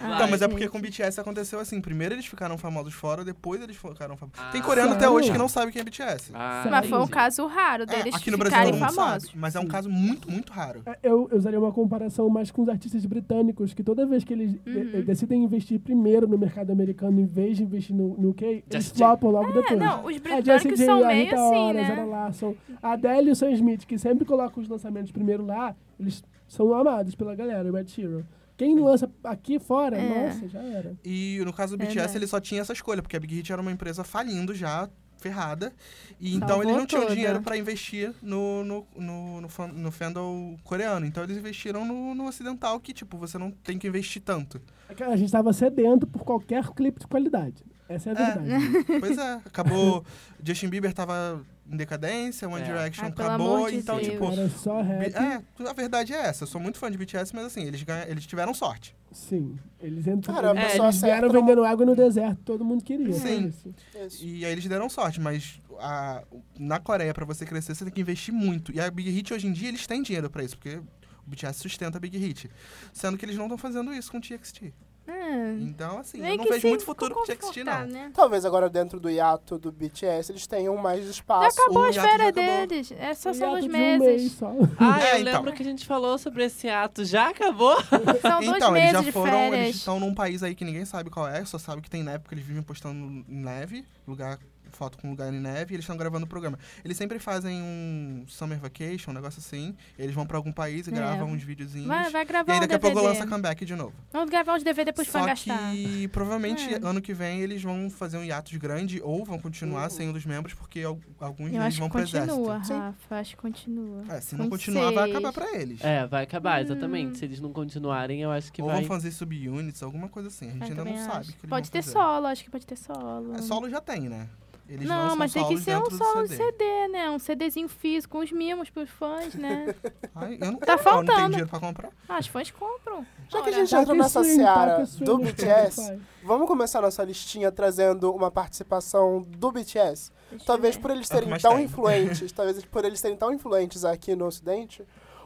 S1: Ai,
S4: Não, mas é
S5: gente.
S4: porque com BTS aconteceu assim. Primeiro eles ficaram famosos fora, depois eles ficaram famosos.
S1: Ah.
S4: Tem coreano até
S2: Sério?
S4: hoje que não sabe quem é BTS.
S1: Ah,
S5: Mas foi um
S1: entendi.
S5: caso raro
S4: É,
S5: deles
S4: aqui no Brasil
S5: ficarem
S4: todo mundo
S5: famosos.
S4: sabe, mas é um caso muito, muito raro.
S2: É, Eu, eu usaria uma comparação mais com os artistas britânicos, que toda vez que eles de-
S5: Uhum.
S2: decidem investir primeiro no mercado americano em vez de investir no, no UK, eles
S1: Just
S2: flopam logo
S5: É,
S2: depois.
S5: não, os
S2: A
S5: britânicos
S2: Jessie J,
S5: são
S2: a
S5: meio
S2: Rita
S5: assim,
S2: Ora, a
S5: né?
S2: Zara Larson, a Adele e o Sam Smith, que sempre colocam os lançamentos primeiro lá, eles são amados pela galera, o Ed Sheeran. Quem lança aqui fora,
S5: É.
S2: nossa, já era.
S4: E no caso do
S5: É,
S4: BTS,
S5: né?
S4: ele só tinha essa escolha, porque a Big Hit era uma empresa falindo já, ferrada. E então
S5: Salvou
S4: eles não tinham
S5: toda.
S4: dinheiro pra investir no, no, no, no, fan- no fandom coreano. Então eles investiram no, no ocidental, que tipo, você não tem que investir tanto.
S2: Cara, A gente estava sedento por qualquer clipe de qualidade. Essa é a
S4: É.
S2: verdade.
S4: pois é, acabou. Justin Bieber tava em decadência, One
S1: É.
S4: Direction
S5: Ai, pelo
S4: acabou.
S5: amor de
S4: Então,
S5: Deus.
S4: tipo.
S2: Era um só rap.
S4: bi- É, a verdade é essa. Eu sou muito fã de BTS, mas assim, eles, ganha- eles tiveram sorte.
S2: Sim. Eles entraram.
S3: Caramba,
S1: É,
S3: só
S2: eles vieram
S3: acerta
S2: vendendo água no deserto, todo mundo queria.
S4: Sim.
S2: né? Isso.
S3: Isso.
S4: E aí eles deram sorte, mas a- na Coreia, pra você crescer, você tem que investir muito. E a Big Hit, hoje em dia, eles têm dinheiro pra isso, porque o BTS sustenta a Big Hit. Sendo que eles não estão fazendo isso com o TXT.
S5: É, É.
S4: Então, assim,
S5: Meio
S4: eu não
S5: que
S4: vejo
S5: se
S4: muito futuro pro TXT,
S5: confortar,
S4: não.
S5: Né?
S3: Talvez agora dentro do hiato do BTS eles tenham mais
S5: Já
S3: espaço.
S5: acabou
S4: o
S5: as
S4: hiato já
S5: férias
S4: acabou.
S5: deles. É só
S2: Um
S5: são
S2: hiato
S5: dois
S2: de um mês
S5: meses.
S2: só.
S1: Ah,
S4: É,
S1: eu
S4: então.
S1: lembro que a gente falou sobre esse ato. Já acabou?
S5: São dois
S4: Então,
S5: meses
S4: eles já
S5: de
S4: foram, eles
S5: férias.
S4: estão num país aí que ninguém sabe qual é, só sabe que tem neve, porque eles vivem postando em neve, lugar, foto com lugar em neve, e eles estão gravando o programa. Eles sempre fazem um summer vacation, um negócio assim, eles vão pra algum país e
S5: É.
S4: gravam uns videozinhos.
S5: Vai, vai
S4: E
S5: gravar
S4: aí
S5: um
S4: daqui a pouco lança
S5: DVD.
S4: comeback de novo.
S5: Vamos gravar uns DVD pros fãs
S4: Só
S5: gastar.
S4: que provavelmente
S5: É.
S4: ano que vem eles vão fazer um hiatus grande ou vão continuar sem um dos membros, porque al- alguns
S5: Uh. Eu
S4: deles
S5: acho
S4: vão
S5: que
S4: pro
S5: continua,
S4: exército.
S5: Rafa. Acho que continua.
S4: É, se
S5: Com
S4: não continuar, vai
S5: seis.
S4: acabar pra eles.
S1: É, vai acabar,
S5: Hum.
S1: exatamente. Se eles não continuarem, eu acho que
S4: ou
S1: vai.
S4: vão fazer subunits, alguma coisa assim. A gente
S5: Eu
S4: ainda não
S5: também
S4: sabe.
S5: acho.
S4: o que eles
S5: Pode
S4: vão
S5: ter
S4: fazer.
S5: solo, acho que pode ter solo.
S4: É, solo já tem, né? Eles
S5: não,
S4: lançam
S5: mas tem que
S4: solos
S5: ser um
S4: dentro do
S5: solo
S4: CD.
S5: CD. CD, né? Um CDzinho físico, uns mimos pros fãs, né?
S4: Ai, eu não
S5: Tá
S4: quero, eu Não tenho
S5: faltando.
S4: dinheiro pra comprar.
S5: Ah, os fãs compram.
S3: Já que a
S5: Ora,
S3: gente já entrou
S2: Taca
S3: nessa
S2: swing,
S3: seara
S2: taca
S5: assim,
S2: swing
S5: né?
S3: do
S2: no
S3: BTS,
S2: Spotify.
S3: vamos começar nossa listinha trazendo uma participação do BTS.
S5: deixa eu
S3: Talvez
S5: ver.
S3: por eles
S4: É o que
S3: serem
S4: mais
S3: tão
S4: tem.
S3: influentes, talvez por eles serem tão influentes aqui no Ocidente,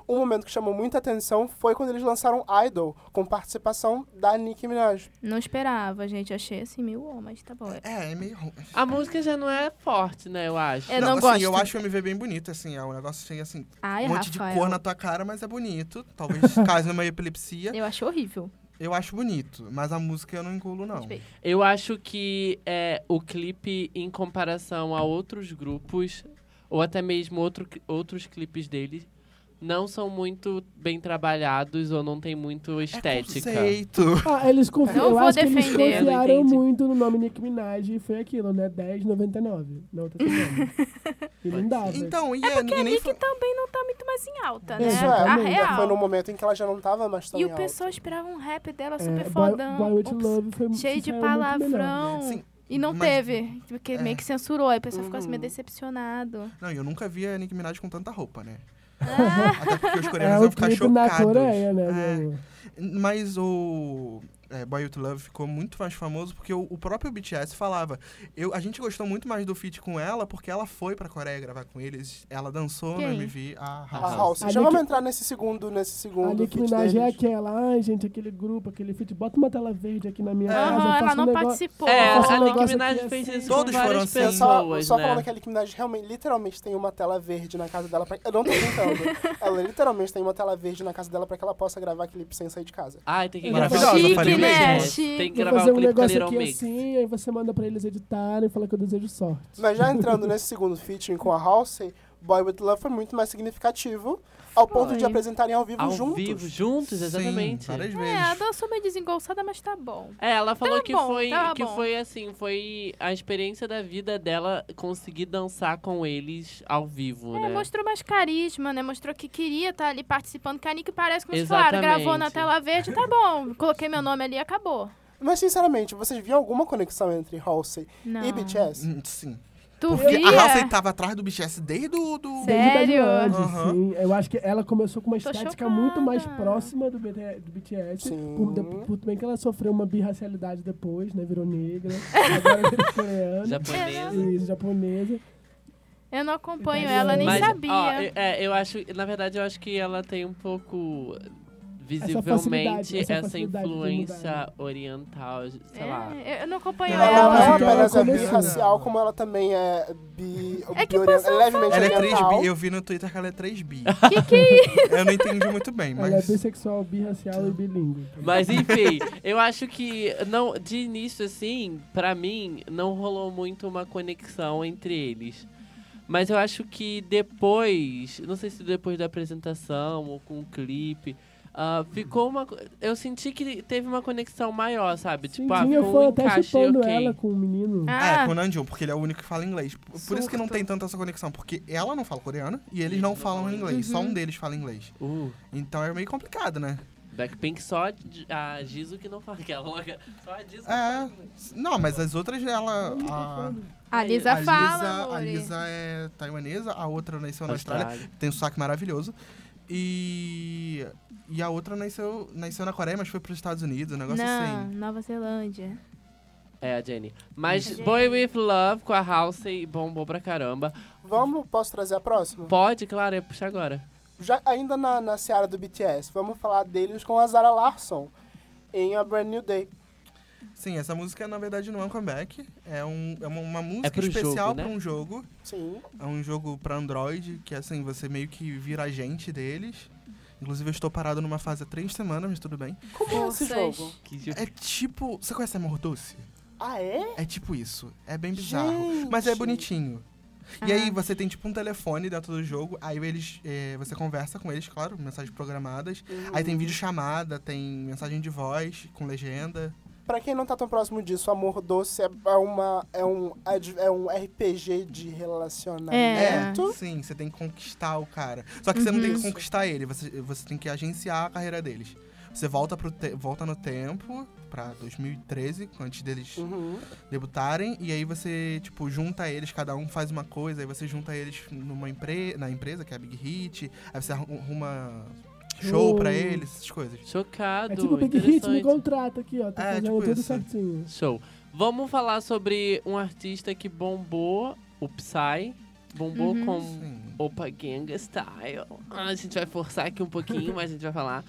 S3: um momento que chamou muita atenção foi quando eles lançaram Idol, com participação da Nicki Minaj.
S5: Não esperava, gente. Achei assim, meio ó, mas tá bom.
S4: É, é meio ruim.
S1: A música já não é forte, né, eu acho.
S5: É, Eu não
S4: assim,
S5: gosto.
S4: eu acho o MV bem bonito, assim. É um negócio cheio assim,
S5: Ai,
S4: um monte de
S5: Rafael.
S4: cor na tua cara, mas é bonito. Talvez case numa epilepsia.
S5: Eu acho horrível.
S4: Eu acho bonito, mas a música eu não engulo, não.
S5: Respeito.
S1: Eu acho que é, o clipe, em comparação a outros grupos, ou até mesmo outro, outros clipes deles, não são muito bem trabalhados ou não tem muito estética.
S4: É conceito.
S2: Ah, eles confi...
S5: Não
S2: eu
S5: vou
S2: acho que eles
S5: defender.
S1: Eu
S2: confiaram
S1: entendi.
S2: muito no nome Nick Minaj e foi aquilo, né? 10,99 na outra semana. e não dava.
S3: tá
S4: Então, e é,
S5: A
S4: ninguém nem
S5: Nick
S4: foi...
S5: também não tá muito mais em alta, né?
S3: Isso é,
S5: a
S3: amiga,
S5: real.
S3: foi num momento em que ela já não tava mais tão
S5: E
S3: em
S5: o
S3: alta.
S5: pessoal esperava um rap dela
S2: é,
S5: super
S2: Boy,
S5: fodão.
S2: Boy With
S5: Ops,
S2: Love foi
S5: cheio de
S2: saiu muito melhor.
S5: palavrão.
S4: Sim,
S5: e não
S4: mas-
S5: teve. Porque
S4: é.
S5: meio que censurou. Aí o pessoal ficou assim, meio
S3: Uhum.
S5: decepcionado.
S4: Não, eu nunca vi a Nicki Minaj com tanta roupa, né?
S5: Ah,
S4: Até porque os coreanos
S2: É
S4: vão
S2: o
S4: ficar
S2: clipe na
S4: chocados.
S2: Coreia, né?
S4: É.
S2: meu?
S4: Mas o é, Boy With Love ficou muito mais famoso porque o, o próprio BTS falava. Eu, a gente gostou muito mais do feat com ela porque ela foi pra Coreia gravar com eles. Ela dançou
S5: Quem?
S4: no MV a
S3: A
S4: House.
S3: House.
S2: A
S3: Ah, Já
S2: Nicki-
S3: vamos entrar nesse segundo, nesse
S2: A
S3: segundo
S2: Nicki
S3: feat
S2: Minaj é
S3: deles.
S2: aquela, ai gente, aquele grupo, aquele feat, bota uma tela verde aqui na minha casa,
S5: aham,
S2: faça
S5: ela
S2: um
S5: não
S2: negócio.
S5: participou.
S1: É,
S2: Nossa,
S1: a
S2: um
S1: Nicki
S2: negócio
S1: Minaj
S2: aqui
S1: fez
S2: assim.
S1: isso
S4: Todos
S1: com várias
S4: foram assim.
S3: só,
S1: pessoas,
S3: só
S1: né?
S3: falando que é a Nicki Minaj realmente, literalmente tem uma tela verde na casa dela. Pra... Eu não tô brincando. ela literalmente tem uma tela verde na casa dela pra que ela possa gravar clipe sem sair de casa.
S1: Ai, tem que gravar
S4: Maravilhosa,
S1: o
S4: falei
S1: clipe,
S4: mesmo.
S1: né?
S5: Chique.
S1: Tem que
S2: Vou
S1: gravar
S2: fazer
S1: o
S2: um
S1: clipe da
S2: negócio
S1: Little
S2: aqui
S1: Mix.
S2: assim, aí você manda pra eles editarem e fala que eu desejo sorte.
S3: Mas já entrando nesse segundo featuring com a Halsey, Boy With Love foi muito mais significativo, ao ponto de
S5: Foi.
S3: apresentarem ao vivo
S1: Ao
S3: juntos.
S1: vivo, juntos, exatamente.
S4: Sim, várias
S5: É,
S4: vezes.
S5: a dança meio desengolçada, mas tá bom.
S1: É, ela falou
S5: Tá
S1: que,
S5: bom,
S1: foi,
S5: tá
S1: que
S5: bom.
S1: foi assim, foi a experiência da vida dela conseguir dançar com eles ao vivo,
S5: É,
S1: né?
S5: mostrou mais carisma, né? Mostrou que queria estar ali participando, que a Nick parece como se falaram,
S1: Exatamente.
S5: gravou na tela verde, tá bom. Coloquei meu nome ali e acabou.
S3: Mas, sinceramente, vocês viam alguma conexão entre Halsey
S5: Não.
S3: e BTS?
S4: Hum, Sim.
S5: Tu
S4: Porque
S5: via?
S4: a House tava atrás do BTS desde do, do...
S5: Sério?
S2: Desde a idade,
S4: Aham.
S2: sim. Eu acho que ela começou com uma
S5: Tô
S2: estética
S5: chocada.
S2: muito mais próxima do, BT do BTS.
S3: Sim.
S2: Por, de- por bem que ela sofreu uma birracialidade depois, né? Virou negra. Agora virou coreana.
S5: É,
S1: Japonesa.
S2: Isso, japonesa.
S5: Eu não acompanho ela, nem
S1: Mas,
S5: sabia.
S1: ó, eu- é, eu acho, na verdade, eu acho que ela tem um pouco visivelmente
S2: facilidade, essa
S1: essa,
S2: facilidade de mudar, né?
S1: influência oriental, sei
S5: É,
S1: lá.
S5: eu- eu não acompanho
S4: Não,
S3: Ela
S5: ela.
S3: não
S2: ela
S3: apenas é
S2: começou.
S3: birracial, como ela também é bi...
S5: É que o
S3: biorien-
S5: pessoal
S3: levemente
S4: Ela é 3
S3: oriental.
S4: bi. Eu vi no Twitter que ela é 3 bi.
S5: Que que é isso?
S4: eu não entendi muito bem, mas...
S2: Ela é bissexual, birracial e bilíngue.
S1: Mas enfim, eu acho que não, de início assim, pra mim não rolou muito uma conexão entre eles. Mas eu acho que depois, não sei se depois da apresentação ou com o clipe, ah, ficou uma, co- eu senti que teve uma conexão maior, sabe?
S2: Sim,
S1: tipo, ah,
S2: tinha
S1: ficou
S2: fã
S1: um
S2: até
S1: encaixe
S2: chupando
S1: ok.
S2: ela com o menino.
S4: É,
S5: Ah,
S4: com o Nanjum, porque ele é o único que fala inglês. Por por isso que não
S3: Surto.
S4: tem tanta essa conexão, porque ela não fala coreano e eles não falam inglês, só
S2: Uhum.
S4: um deles fala inglês.
S1: Uh,
S4: Então é meio complicado, né?
S1: Blackpink só de- a Jizo que não fala aquela louca. Só a Jizo. que
S4: É.
S1: fala inglês.
S4: Não, mas as outras, ela. A,
S5: a Lisa
S4: a Lisa,
S5: fala,
S4: a
S5: amore.
S4: Lisa é taiwanesa, a outra nasceu na Austrália,
S1: Austrália.
S4: tem um sotaque maravilhoso. E. E a outra nasceu, nasceu na Coreia, mas foi pros Estados Unidos, um negócio
S5: Não,
S4: assim.
S5: Nova Zelândia.
S1: É, a Jenny. Mas
S5: Jenny.
S1: Boy With Love com a Halsey bombou pra caramba.
S3: Vamos, posso trazer a próxima?
S1: Pode, claro, eu puxar agora.
S3: Já ainda na, na seara do BTS, vamos falar deles com a Zara Larson em A Brand New Day.
S4: Sim, essa música na verdade não é um comeback, é, um, é uma, uma música
S1: pro
S4: especial
S1: jogo, né?
S4: pra um jogo.
S3: Sim.
S4: É um jogo pra Android, que assim, você meio que vira agente deles. Inclusive, eu estou parado numa fase há três semanas, mas tudo bem.
S3: Como é esse
S5: Forças.
S3: jogo?
S1: Que jogo.
S4: É tipo. Você conhece Amor Doce?
S3: Ah, é?
S4: É tipo isso. É bem bizarro. Mas é
S3: Gente.
S4: bonitinho. E aí você tem tipo um telefone dentro do jogo, aí eles. eh, você conversa com eles, claro, mensagens programadas. Aí tem videochamada, tem mensagem de voz, com legenda.
S3: Pra quem não tá tão próximo disso, Amor Doce é é uma é um ad- é um RPG de É. relacionamento.
S4: Sim, você tem que conquistar o cara. Só que você não tem que
S3: Isso.
S4: conquistar ele, você, você tem que agenciar a carreira deles. Você volta, pro te- volta no tempo, pra 2013, antes deles
S3: Uhum.
S4: debutarem, e aí você, tipo, junta eles, cada um faz uma coisa, aí você junta eles numa empre na empresa, que é a Big Hit, aí você arru- arruma show
S2: Show.
S4: pra eles, essas coisas.
S1: Chocado.
S2: É tipo Big Hit, me
S1: interessante.
S2: contrata aqui, ó. Tá
S4: É,
S2: fazendo
S4: tipo
S2: tudo
S4: isso.
S2: certinho.
S1: Show. Vamos falar sobre um artista que bombou, o Psy. Bombou
S5: Uhum.
S1: com
S4: Sim.
S1: Opa Genga Style. Ah, A gente vai forçar aqui um pouquinho, mas a gente vai falar.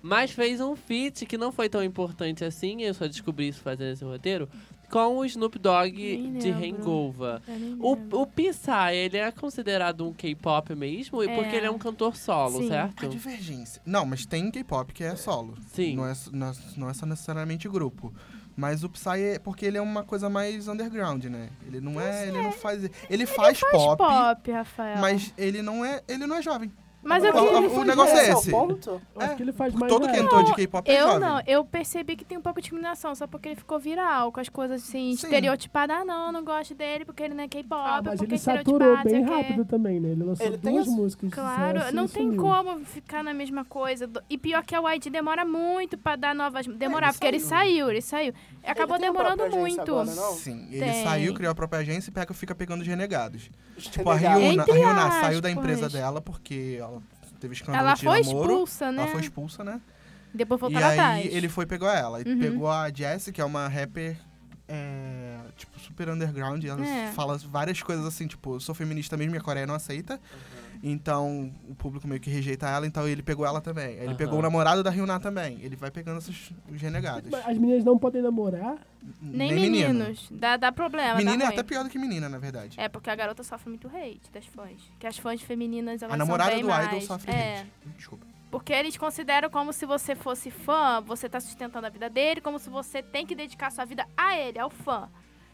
S1: Mas fez um feat que não foi tão importante assim, eu só descobri isso fazendo esse roteiro, com o Snoop Dogg
S5: Nem
S1: de
S5: lembro.
S1: Hangover. O, o Psy, ele é considerado um K-pop mesmo? E Porque
S5: É.
S1: ele é um cantor solo,
S5: Sim.
S2: É
S4: A
S1: certo?
S4: divergência. Não, mas tem K-pop que é solo.
S1: Então Sim.
S4: Não é, s- não, é, não é só necessariamente grupo. Mas o Psy é porque ele é uma coisa mais underground, né? Ele não é. Ele não faz. Ele, faz,
S5: pop,
S4: pop,
S5: pop, Rafael.
S4: mas ele não é. Ele não é jovem.
S5: Mas eu
S4: O-
S5: queria-
S4: o- o negócio é
S3: Esse o
S4: esse.
S3: ponto?
S2: Eu Acho
S4: É,
S2: que ele faz mais
S4: Todo
S2: nada.
S4: cantor de K-pop é
S5: Eu
S4: jovem.
S5: não, eu percebi que tem um pouco de discriminação, só porque ele ficou viral, com as coisas assim,
S4: Sim.
S5: estereotipadas. Ah, não, não gosto dele porque ele não é K-pop,
S2: Ah, mas
S5: porque
S2: ele
S5: é
S2: saturou
S5: estereotipado,
S2: bem
S5: sei o quê.
S2: rápido também, né? Ele lançou
S3: Ele tem
S2: duas
S3: as-
S2: músicas de
S5: Claro,
S2: sucesso
S5: não
S2: e
S5: tem
S2: sumiu.
S5: como ficar na mesma coisa. Do- E pior que a YG demora muito pra dar novas. Demora,
S4: ele
S5: porque ele saiu, ele saiu. Acabou
S3: tem a
S5: demorando
S3: própria agência
S5: muito.
S3: agora, não?
S4: Sim, ele
S5: Tem.
S4: saiu, criou a própria agência e pega, fica pegando os renegados. Tipo, a
S3: Legal.
S4: Ryuna,
S5: Entre
S4: a Ryuna saiu da
S5: aspas.
S4: empresa dela porque ela teve escândalo
S5: Ela
S4: de
S5: foi
S4: namoro.
S5: expulsa, né?
S4: Ela foi expulsa, né?
S5: Depois voltou
S4: e
S5: lá
S4: aí
S5: atrás.
S4: ele foi e pegou ela. E
S5: Uhum.
S4: pegou a Jessie, que é uma rapper, é, tipo, super underground. Ela
S5: É.
S4: fala várias coisas assim, tipo, eu sou feminista mesmo e a Coreia não aceita. Então o público meio que rejeita ela, então ele pegou ela também. Ele
S1: Aham.
S4: pegou o namorado da Ryuna também. Ele vai pegando esses os renegados.
S2: Mas As meninas não podem namorar?
S5: Nem,
S4: menino.
S5: meninos. Dá, dá problema.
S4: Menina
S5: dá
S4: é
S5: ruim.
S4: até pior do que menina, na verdade.
S5: É, porque a garota sofre muito hate das fãs. Que as fãs femininas, elas
S4: a namorada
S5: são
S4: do
S5: bem mais.
S4: Idol sofre
S5: é.
S4: hate. Desculpa.
S5: Porque eles consideram como se você fosse fã, você tá sustentando a vida dele, como se você tem que dedicar sua vida a ele, ao fã.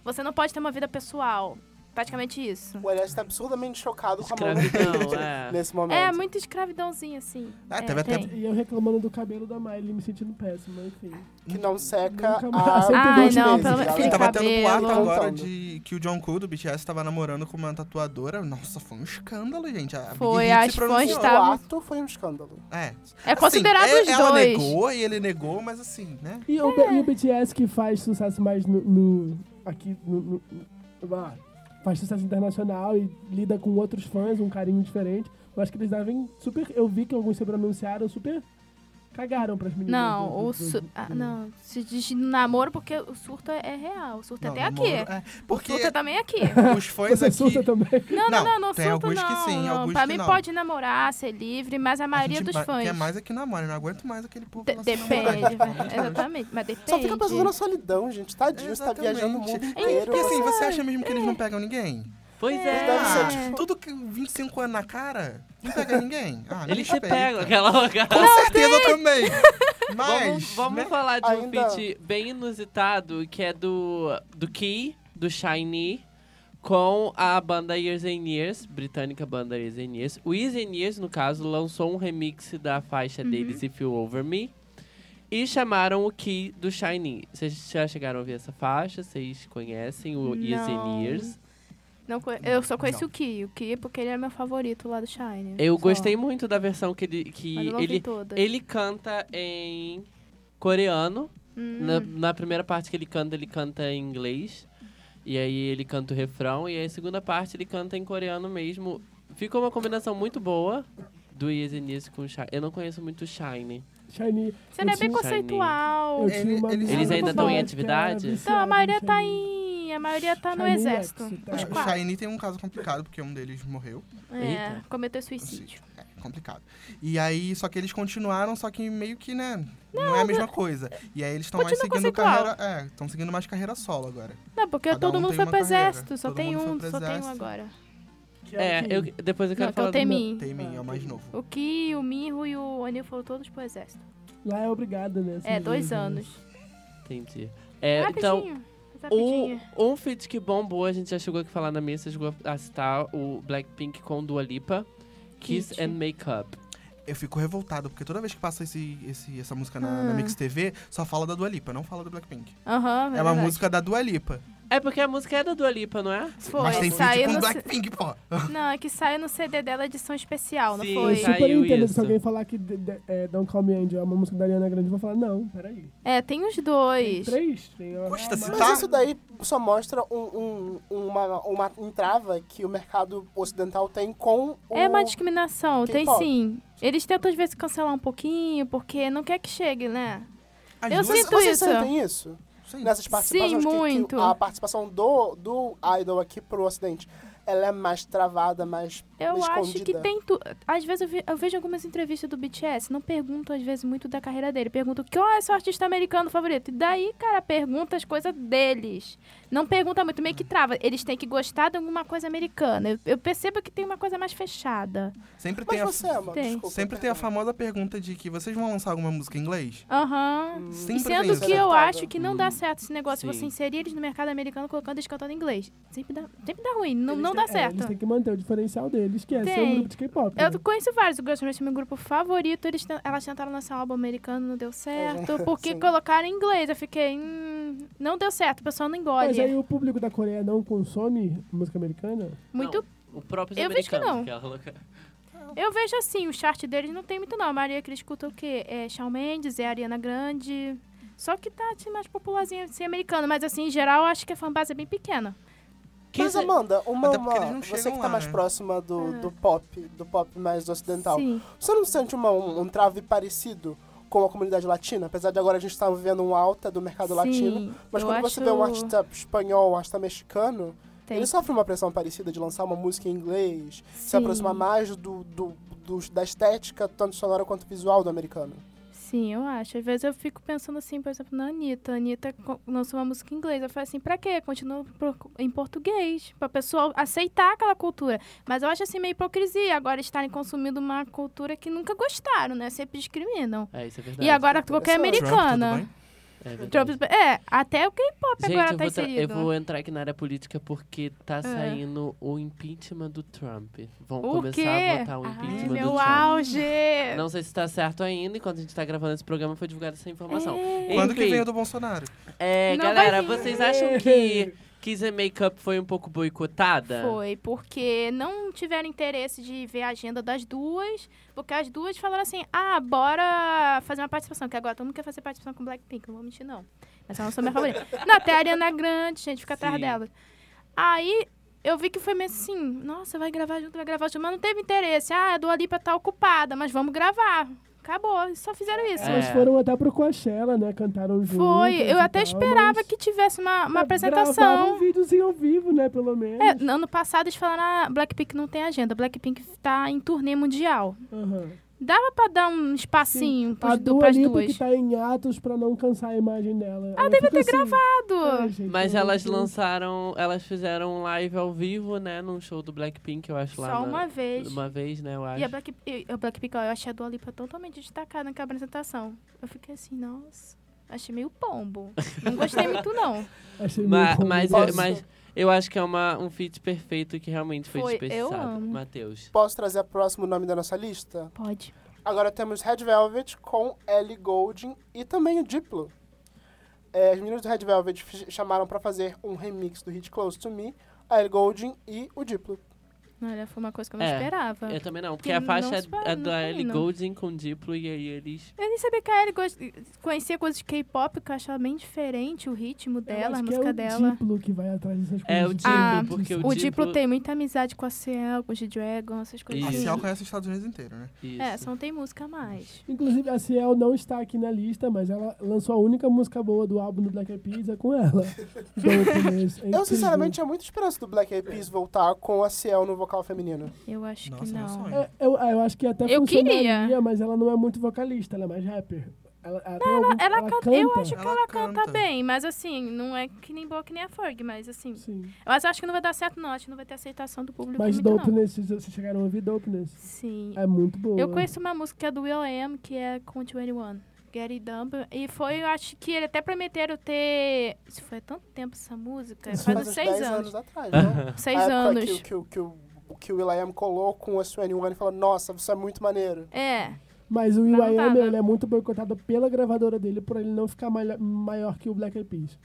S5: Você não pode ter uma vida pessoal. Praticamente isso.
S3: O Elias tá absurdamente chocado com
S1: Escravidão,
S3: a mão
S1: é.
S3: nesse momento.
S5: É, muito escravidãozinho, assim.
S4: Ah, teve até-
S5: tem.
S2: E eu reclamando do cabelo da Miley, me sentindo péssima, enfim.
S3: Que não seca
S2: Nunca mais.
S3: há
S2: Ai,
S3: dois
S2: não, pelo-
S3: meses, galera.
S5: Aquele
S4: E tava tendo um boato
S5: cabelo.
S4: agora
S3: Contando.
S4: de que o John Cool do BTS tava namorando com uma tatuadora. Nossa, foi um escândalo, gente. A Big
S5: Foi,
S4: Hit se
S5: as fãs
S4: pronunciou.
S3: O
S5: estavam-
S3: ato foi um escândalo.
S4: É.
S5: É considerado
S4: assim,
S5: os
S4: é- Ela
S5: dois.
S4: negou e ele negou, mas assim, né?
S2: E, o,
S5: É.
S2: B- e o BTS que faz sucesso mais no. no- aqui. No, no- no- ah, faz sucesso internacional e lida com outros fãs, um carinho diferente. Eu acho que eles devem super. Eu vi que alguns se pronunciaram super. Cagaram pras meninas. né? Tipo, do-
S5: Não,
S2: do-
S5: o
S2: do-
S5: su...
S2: do-
S5: ah, não, se diz namoro porque o surto é real. O surto é
S4: Não,
S5: até
S4: namoro-
S5: aqui.
S4: é,
S5: O surto é
S4: porque
S5: também aqui.
S4: os fãs
S2: Você
S4: aqui...
S2: surta também.
S5: Não, não,
S4: Não,
S5: não, não,
S4: tem
S5: surto
S4: alguns que
S5: não.
S4: sim,
S5: não.
S4: alguns
S5: pra
S4: que
S5: mim
S4: não.
S5: pode namorar, ser livre, mas a maioria dos
S4: ba-
S5: fãs.
S4: quer mais é aqui na Mari, não aguento mais aquele povo.
S5: De-
S4: lá se
S5: depende,
S4: namorando, pelo amor de Deus.
S5: exatamente, mas depende.
S3: Só fica pensando na solidão, gente. Tadinho, você tá
S4: Exatamente.
S3: viajando o mundo
S5: É
S3: inteiro.
S4: E assim, você acha mesmo que eles não pegam ninguém?
S1: Pois é.
S3: Deve ser,
S4: Ah,
S3: tipo,
S4: tudo que 25 anos na cara, não pega ninguém. Ah, me
S1: Eles se
S4: respeita.
S1: pegam, aquela louca.
S5: é
S4: Com certeza eu também. Mas,
S1: vamos vamos
S4: né?
S1: falar de um
S3: ainda-
S1: feat bem inusitado, que é do, do Key, do Shiny, com a banda Years and Years, britânica banda Years and Years. O Years and Years, no caso, lançou um remix da faixa
S5: Uhum.
S1: deles, If You Over Me. E chamaram o Key do Shiny. Vocês já chegaram a ouvir essa faixa? Vocês conhecem o Years and
S5: Não.
S1: Years?
S5: Não co- eu só conheci
S4: Não.
S5: o Ki, o Ki porque ele era meu favorito lá do Shine.
S1: Eu
S5: só.
S1: gostei muito da versão que ele... Que
S5: mas eu não ouvi
S1: ele,
S5: todas.
S1: ele canta em coreano.
S5: Hum.
S1: Na, na primeira parte que ele canta, ele canta em inglês. E aí ele canta o refrão. E aí a segunda parte ele canta em coreano mesmo. Ficou uma combinação muito boa do Yezenis com o Shine. Eu não conheço muito o Shine.
S2: Shiny.
S5: Você não é
S2: Eu
S5: bem
S2: tinha-
S5: conceitual.
S2: eu tinha
S4: Ele-
S2: uma
S4: eles-
S2: amiga
S4: Eles ainda
S2: que
S4: tão em
S2: era
S1: atividade?
S2: viciada
S5: Então, a maioria tá
S2: Shiny.
S5: em. A maioria tá no
S2: Shiny
S5: exército.
S2: Exit, é.
S5: Os
S4: É, o
S5: quatro.
S4: Shiny tem um caso complicado, porque um deles morreu.
S5: É,
S1: Eita.
S5: cometeu suicídio.
S4: É, complicado. E aí, só que eles continuaram, só que meio que, né, não, é a mesma coisa. E aí eles estão mais
S5: Continua
S4: seguindo
S5: conceitual.
S4: carreira, é, estão seguindo mais carreira solo agora.
S5: Não, porque
S4: Cada
S5: todo
S4: um
S5: mundo
S4: tem
S5: foi
S4: uma
S5: pro
S4: carreira.
S5: exército. Só
S4: Todo
S5: tem
S4: mundo
S5: um,
S4: foi pro
S5: só tem um
S4: exército.
S5: agora.
S2: Que
S1: É,
S2: o que-
S1: eu, depois eu quero
S5: Não, que é
S1: falar
S5: o
S1: do meu-
S5: Temin.
S4: Taemin é o mais novo.
S5: O Ki, o Minho e o Anil foram todos pro exército.
S2: Lá é obrigada, né?
S5: É,
S2: esses
S5: dois
S2: né?
S5: anos.
S1: Entendi. É, então,
S5: rapidinho.
S1: o,
S5: rapidinho.
S1: um feat que bombou, a gente já chegou aqui a falar na mesa, chegou a citar o Blackpink com Dua Lipa, Kiss
S5: Feat.
S1: and Makeup.
S4: Eu fico revoltado, porque toda vez que passa esse, esse- essa música na, na
S5: Ah.
S4: Mix TV, só fala da Dua Lipa, não fala do Blackpink.
S5: Aham,
S4: É, uma
S5: verdade.
S4: música da Dua Lipa.
S1: É porque a música é da Dua Lipa, não é?
S5: Foi,
S4: mas tem feat
S5: saiu
S4: com
S5: no...
S4: Blackpink, pô.
S5: Não, é que saiu no CD dela edição
S1: Sim,
S5: especial, não
S2: Eu
S5: foi?
S1: saiu.
S2: super entendo se
S1: isso.
S2: alguém falar que de- de- é, Don't Call Me Angel é uma música da Ariana Grande, eu vou falar, não, peraí.
S5: É, tem os dois.
S2: Três? Tem a-
S4: Custa
S2: a-
S4: se
S3: Mas
S4: tá.
S3: isso daí só mostra um- um- uma, uma entrava que o mercado ocidental tem com o...
S5: É uma discriminação, tem
S3: K-pop.
S5: sim. Eles tentam às vezes cancelar um pouquinho, porque não quer que chegue, né?
S4: As
S5: Eu
S4: duas-
S3: Vocês,
S5: sinto
S3: vocês
S5: isso.
S3: sentem isso?
S4: Sim.
S3: Nessas participações
S5: Sim,
S3: que- que
S5: muito.
S3: a participação do, do idol aqui pro ocidente, ela é mais travada, mais
S5: Eu acho
S3: escondida.
S5: que tem tudo. Às vezes eu, vi- eu vejo algumas entrevistas do BTS, não perguntam às vezes muito da carreira dele. Perguntam qual é seu artista americano favorito. E daí, cara, pergunta as coisas deles. Não pergunta muito, meio que trava. Eles têm que gostar de alguma coisa americana. Eu, eu percebo que tem uma coisa mais fechada.
S4: Sempre
S3: Mas
S4: tem, a,
S3: você, Amanda,
S5: Tem.
S3: desculpa,
S4: sempre tem a
S3: perdão.
S4: famosa pergunta de que vocês vão lançar alguma música em inglês?
S5: Aham.
S3: Hum.
S4: Sempre
S5: E
S4: tem
S5: sendo
S4: isso.
S5: que eu
S3: Acertada.
S5: acho que
S2: Hum.
S5: não dá certo esse negócio,
S1: Sim.
S5: você inserir eles no mercado americano colocando eles cantando em inglês. Sempre dá, sempre dá ruim, não,
S2: Eles
S5: não
S2: têm-
S5: dá
S2: é, eles
S5: certo.
S2: têm que manter o diferencial deles, que é ser um
S5: Tem.
S2: grupo de K-pop. né?
S5: Eu conheço vários, o Ghost Rush é meu grupo favorito, eles, ten- elas tentaram lançar um álbum americano, não deu certo, porque
S3: É, Sim.
S5: colocaram em inglês, eu fiquei, hum, não deu certo, o pessoal não
S2: Mas aí
S5: engole.
S2: o público da Coreia não consome música americana?
S5: Muito,
S1: O próprio
S5: Eu vejo que
S1: americano
S5: não.
S1: que ela colocou.
S5: eu vejo assim, o chart deles não tem muito não, a Maria que escuta o quê? É Shawn Mendes, é Ariana Grande, só que tá assim, mais popularzinha, assim, americano, mas assim, em geral, eu acho que a fanbase é bem pequena.
S3: Mas, Amanda, uma,
S4: Até porque eles
S3: uma-
S4: não
S3: você
S4: chegam
S3: que tá
S4: lá,
S3: mais
S4: né?
S3: próxima do,
S5: Ah.
S3: do pop, do pop mais ocidental,
S5: Sim.
S3: você não sente uma- um, um trave parecido com a comunidade latina? Apesar de agora a gente estar vivendo um alta do mercado
S5: Sim,
S3: latino, mas
S5: eu
S3: quando você vê um
S5: acho-
S3: artista espanhol, um artista mexicano,
S5: tem.
S3: Ele sofre uma pressão parecida de lançar uma música em inglês, se
S5: Sim.
S3: aproximar mais do, do, dos- da estética, tanto sonora quanto visual do americano.
S5: Sim, eu acho. Às vezes eu fico pensando assim, por exemplo, na Anitta. A Anitta co- lançou uma música em inglês. Eu falei assim, pra quê? Continua pro- em português, pra pessoa aceitar aquela cultura. Mas eu acho assim meio hipocrisia agora estarem consumindo uma cultura que nunca gostaram, né? Sempre discriminam.
S1: É, isso é verdade.
S5: E agora qualquer
S3: interessante.
S4: Trump, tudo
S5: americana.
S4: bem?
S1: É verdade.
S5: Trump- é, até o K-pop
S1: Gente,
S5: agora
S1: eu,
S5: tá
S1: vou tra-
S5: inserido. Ah.
S1: eu vou entrar aqui na área política porque tá saindo o impeachment do Trump. Vão
S5: O
S1: começar
S5: quê?
S1: a votar o
S5: Ai,
S1: impeachment do
S5: meu
S1: Trump.
S5: auge!
S1: Não sei se tá certo ainda, enquanto a gente tá gravando esse programa foi divulgada essa informação.
S5: É.
S4: Quando que
S1: Enfim.
S4: vem o do Bolsonaro?
S1: É,
S5: Não
S1: galera,
S5: vai vir.
S1: vocês acham que Kiss and Makeup foi um pouco boicotada?
S5: Foi, porque não tiveram interesse de ver a agenda das duas, porque as duas falaram assim, ah, bora fazer uma participação, que agora todo mundo quer fazer participação com Blackpink, não vou mentir não. Mas ela não sou minha favorita. Não, até a Ariana Grande, gente, fica atrás
S1: Sim.
S5: dela. Aí eu vi que foi meio assim, nossa, vai gravar junto, vai gravar junto, mas não teve interesse. Ah, a Dua Lipa tá ocupada, mas vamos gravar. Acabou, só fizeram isso.
S1: É.
S2: Elas foram até pro Coachella, né? Cantaram juntas.
S5: Foi,
S2: e
S5: eu até
S2: tal,
S5: esperava
S2: mas-
S5: que tivesse uma, uma
S2: mas gravavam
S5: apresentação.
S2: um videozinho ao vivo, né? Pelo menos.
S5: É, no ano passado eles falaram, ah, Blackpink não tem agenda, Blackpink tá em turnê mundial.
S2: Aham.
S5: Dava pra dar um espacinho
S2: A
S5: pros, du
S2: Dua
S5: pras
S2: Lipa
S5: duas.
S2: que tá em atos pra não cansar a imagem dela. Ah, deve ter É.
S5: Dado.
S1: Mas
S5: Uhum.
S1: elas lançaram, elas fizeram um live ao vivo, né, num show do Blackpink, eu acho lá.
S5: Só
S1: na-
S5: uma vez.
S1: Uma vez, né, eu acho.
S5: E é a Black, e a Blackpink, ó, eu achei a Dua Lipa totalmente destacada naquela apresentação. Eu fiquei assim, nossa, achei meio pombo. Não gostei muito, não.
S2: Achei
S1: Ma-
S2: meio
S1: mas,
S2: cômico.
S1: eu, mas eu acho que é uma, um feat perfeito que realmente foi,
S5: Foi, eu
S1: desperdiçado.
S5: amo.
S1: Matheus.
S3: Posso trazer o próximo nome da nossa lista?
S5: Pode.
S3: Agora temos Red Velvet com Ellie Goulding e também o Diplo. É, as meninas do Red Velvet f- chamaram pra fazer um remix do hit Close to Me, a Ellie Goulding e o Diplo.
S5: Olha, foi uma coisa que eu não
S1: É,
S5: esperava.
S1: Eu também não, porque
S5: Que
S1: a
S5: não
S1: faixa
S5: se fala-
S1: é, é
S5: não
S1: da
S5: tem,
S1: Ellie
S5: não.
S1: Goulding com Diplo e aí eles...
S5: Eu nem sabia que a Ellie gost- conhecia coisas de K-pop, que eu achava bem diferente o ritmo
S2: Eu
S5: dela,
S2: acho
S5: a
S2: que
S5: música
S2: é o
S5: dela.
S2: Diplo que vai atrás dessas coisas.
S1: É o Diplo,
S5: Ah,
S1: porque o,
S5: O Diplo tem muita amizade com a Ciel, com o G-Dragon, essas coisas
S4: A
S1: Isso.
S5: assim.
S4: Ciel conhece os Estados Unidos inteiro, né?
S1: Isso.
S5: É, só não tem música a mais.
S2: Inclusive, a Ciel não está aqui na lista, mas ela lançou a única música boa do álbum do Black Eyed Peas é com ela. Então, é
S3: Eu, sinceramente, tinha muita esperança do Black Eyed Peas voltar com a Ciel no vocal feminino?
S5: Eu acho que
S4: Nossa, meu
S5: não.
S4: sonho.
S2: É, eu, ah, eu acho que até
S5: Eu
S2: funcionaria,
S5: queria.
S2: mas ela não é muito vocalista, ela é mais rapper. Ela, ela, tem algum-
S5: Ela,
S2: ela
S5: canta,
S2: canta.
S5: eu acho que ela,
S4: Ela
S5: canta.
S4: canta.
S5: bem, mas assim, não é que nem boa que nem a Ferg, mas assim.
S2: Sim.
S5: Mas eu acho que não vai dar certo, não. Acho que não vai ter aceitação do público
S2: Mas
S5: muito, não.
S2: Dopeness, vocês vocês chegaram a ouvir Dopeness?
S5: Sim.
S2: É muito boa.
S5: Eu conheço uma música que é do Will I Am, que é com 21. Get It Done. E foi, eu acho que ele até prometeram ter. Isso foi há tanto tempo essa música. É, Faz,
S3: uns
S5: uns seis
S3: 10
S5: anos.
S3: atrás, né?
S5: Seis
S3: A época
S5: anos.
S3: Que, que, que, o- que o Will.i.am colou com o SN1 e falou, nossa, você é muito maneiro.
S5: É.
S2: Mas o
S5: Mas não
S2: Will.i.am,
S5: tava.
S2: ele é muito boicotado pela gravadora dele por ele não ficar malha- maior que o Black Eyed Peas.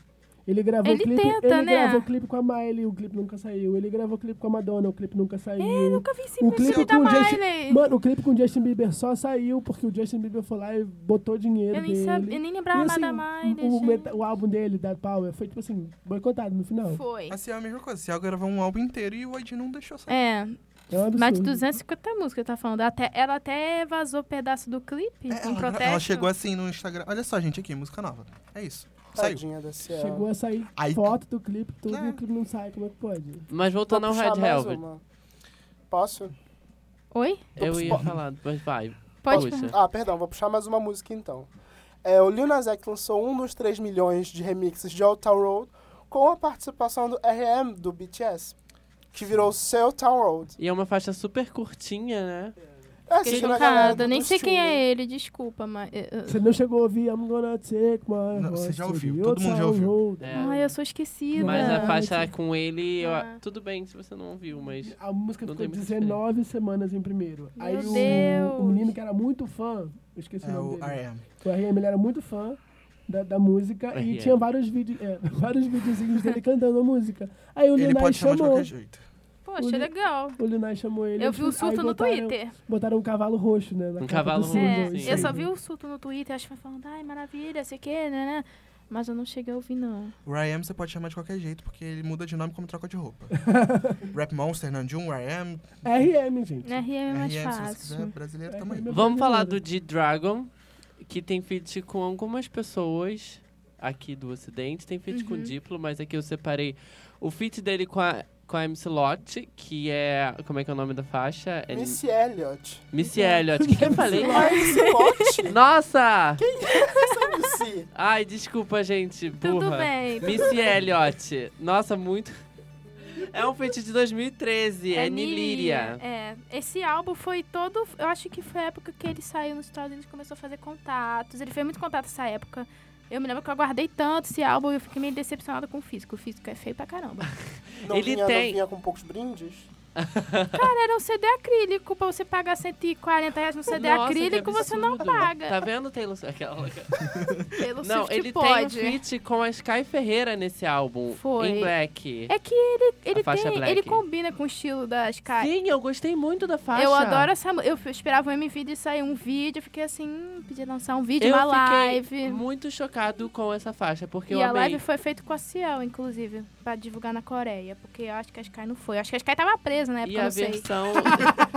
S2: Ele gravou
S5: Ele
S2: o clipe,
S5: tenta,
S2: ele
S5: né?
S2: gravou o clipe com a Miley, o clipe nunca saiu. Ele gravou o clipe com a Madonna, o clipe nunca saiu.
S5: Eu nunca vi esse
S2: O clipe
S5: clipe da
S2: com o Justin-
S5: Miley.
S2: Mano, o clipe com o Justin Bieber só saiu porque o Justin Bieber foi lá e botou dinheiro
S5: Eu nem,
S2: dele.
S5: sabia, eu nem lembrava
S2: E, assim,
S5: nada da Miley.
S2: o,
S5: gente.
S2: meta- o álbum dele, da Power, foi tipo assim, boicotado no final.
S5: Foi.
S4: Assim, é a mesma coisa. Ciel gravou um álbum inteiro e o Ed não deixou sair.
S5: É,
S2: É um absurdo.
S5: mais de 250 músicas, tá falando. Até, ela até vazou pedaço do clipe
S4: É,
S5: em
S4: ela, gra-
S5: um protesto.
S4: ela chegou assim no Instagram. Olha só, gente, aqui, música nova. É isso. Saiu.
S3: Tadinha da Ciel.
S2: Chegou a sair
S4: Aí-
S2: foto do clipe, tudo,
S4: É.
S2: e o clipe não sai, como é que pode?
S1: Mas
S3: Vou
S1: voltando ao
S3: puxar
S1: um Red
S3: mais
S1: Velvet,
S3: uma. Posso?
S5: Oi?
S1: eu ia
S3: Pode-
S1: falar, mas vai.
S5: Pode
S1: Puxa.
S3: Ah, perdão, vou puxar mais uma música então. É, o Lil Nas X lançou um dos 3 milhões de remixes de Old Town Road com a participação do RM do BTS, que virou Seu Town Road.
S1: E é uma faixa super curtinha, né?
S3: É,
S5: Fiquei
S3: assistindo a galera
S5: chocada.
S3: do
S5: Nem sei quem é
S3: streaming.
S5: ele, desculpa, mas. eu- eu-
S2: Você não chegou a ouvir I'm Gonna Take My
S4: Não, você
S2: Horse
S4: já
S2: to
S4: ouviu,
S2: the
S4: todo
S2: Old
S4: mundo já
S2: Town
S4: ouviu.
S2: Road.
S1: É.
S5: Ai, eu sou esquecida.
S1: Mas
S2: Não.
S1: a faixa com ele, eu-
S5: Ah.
S1: tudo bem se você não ouviu, mas
S2: A música
S1: Não
S2: ficou
S1: tem muita
S2: 19 semanas em primeiro.
S5: Meu
S2: Aí o,
S5: Deus.
S2: o menino que era muito fã, eu esqueci
S4: É
S2: o
S4: o
S2: nome dele.
S4: RM.
S2: O RM, ele era muito fã da, da música e
S1: R.M..
S2: tinha vários, vídeo, é, vários videozinhos dele cantando a música. Aí o
S4: Ele
S2: Lunai
S4: pode chamar de
S2: chamou.
S4: qualquer jeito.
S5: Poxa, legal.
S2: O Lunai chamou ele.
S5: Eu vi o
S2: eles- aí
S5: surto no
S2: botaram-
S5: Twitter.
S2: Botaram um cavalo roxo, né? na
S1: Um
S2: capa do
S1: cavalo
S2: single,
S1: roxo,
S5: É,
S2: isso
S1: sim.
S5: eu
S2: aí.
S5: só vi o surto no Twitter, acho que foi falando, ai, maravilha, sei o que, né, né? Mas eu não cheguei a ouvir, não.
S4: O RM você pode chamar de qualquer jeito, porque ele muda de nome como troca de roupa. Rap Monster, Nanjum, RM,
S2: RM, gente.
S5: RM é mais
S4: RM, se você quiser,
S5: fácil. É,
S4: brasileiro, tamo aí.
S2: RM.
S1: Vamos falar do D-Dragon, que tem feat com algumas pessoas aqui do Ocidente. Tem feat com
S5: Uhum.
S1: o Diplo, mas aqui eu separei o feat dele com a, com a MC Lot, que é. Como é que é o nome da faixa? É
S3: Missy Elliott.
S1: Missy Elliott. que eu falei?
S3: Ai, Missy Elliott?
S1: Nossa!
S3: Essa Missy.
S1: Ai, desculpa, gente. Burra.
S5: Tudo bem.
S1: Missy Elliott. Nossa, muito. É um feat de 2013. É, Niliria.
S5: É. Esse álbum foi todo. Eu acho que foi a época que ele saiu nos Estados Unidos e começou a fazer contatos. Ele fez muito contato nessa época. Eu me lembro que eu aguardei tanto esse álbum e eu fiquei meio decepcionada com o físico. O físico é feio pra caramba.
S3: Não
S1: Ele
S3: vinha,
S1: tem-
S3: Não vinha com poucos brindes?
S5: Era um CD acrílico pra você pagar 140 reais num CD
S1: Nossa, que
S5: acrílico, você não
S1: absurdo.
S5: paga.
S1: Tá vendo, Taylor? Swift? Aquela.
S5: Pelo
S1: Não,
S5: Swift
S1: ele
S5: pode.
S1: tem um feat com a Sky Ferreira nesse álbum.
S5: Foi.
S1: Em Black.
S5: É que ele, ele,
S1: faixa
S5: tem,
S1: black.
S5: ele combina com o estilo da Sky.
S1: Sim, eu gostei muito da faixa.
S5: É. Eu adoro essa. mu- Eu f- esperava um MV de sair um vídeo. Eu fiquei assim, hum, podia lançar um vídeo,
S1: eu
S5: uma
S1: fiquei
S5: live.
S1: muito chocado com essa faixa, porque
S5: e
S1: eu
S5: a
S1: amei.
S5: live foi feita com a Ciel, inclusive, pra divulgar na Coreia. Porque eu acho que a Sky não foi. Eu acho que a Sky tava presa na época,
S1: e
S5: eu
S1: a
S5: não sei.
S1: versão.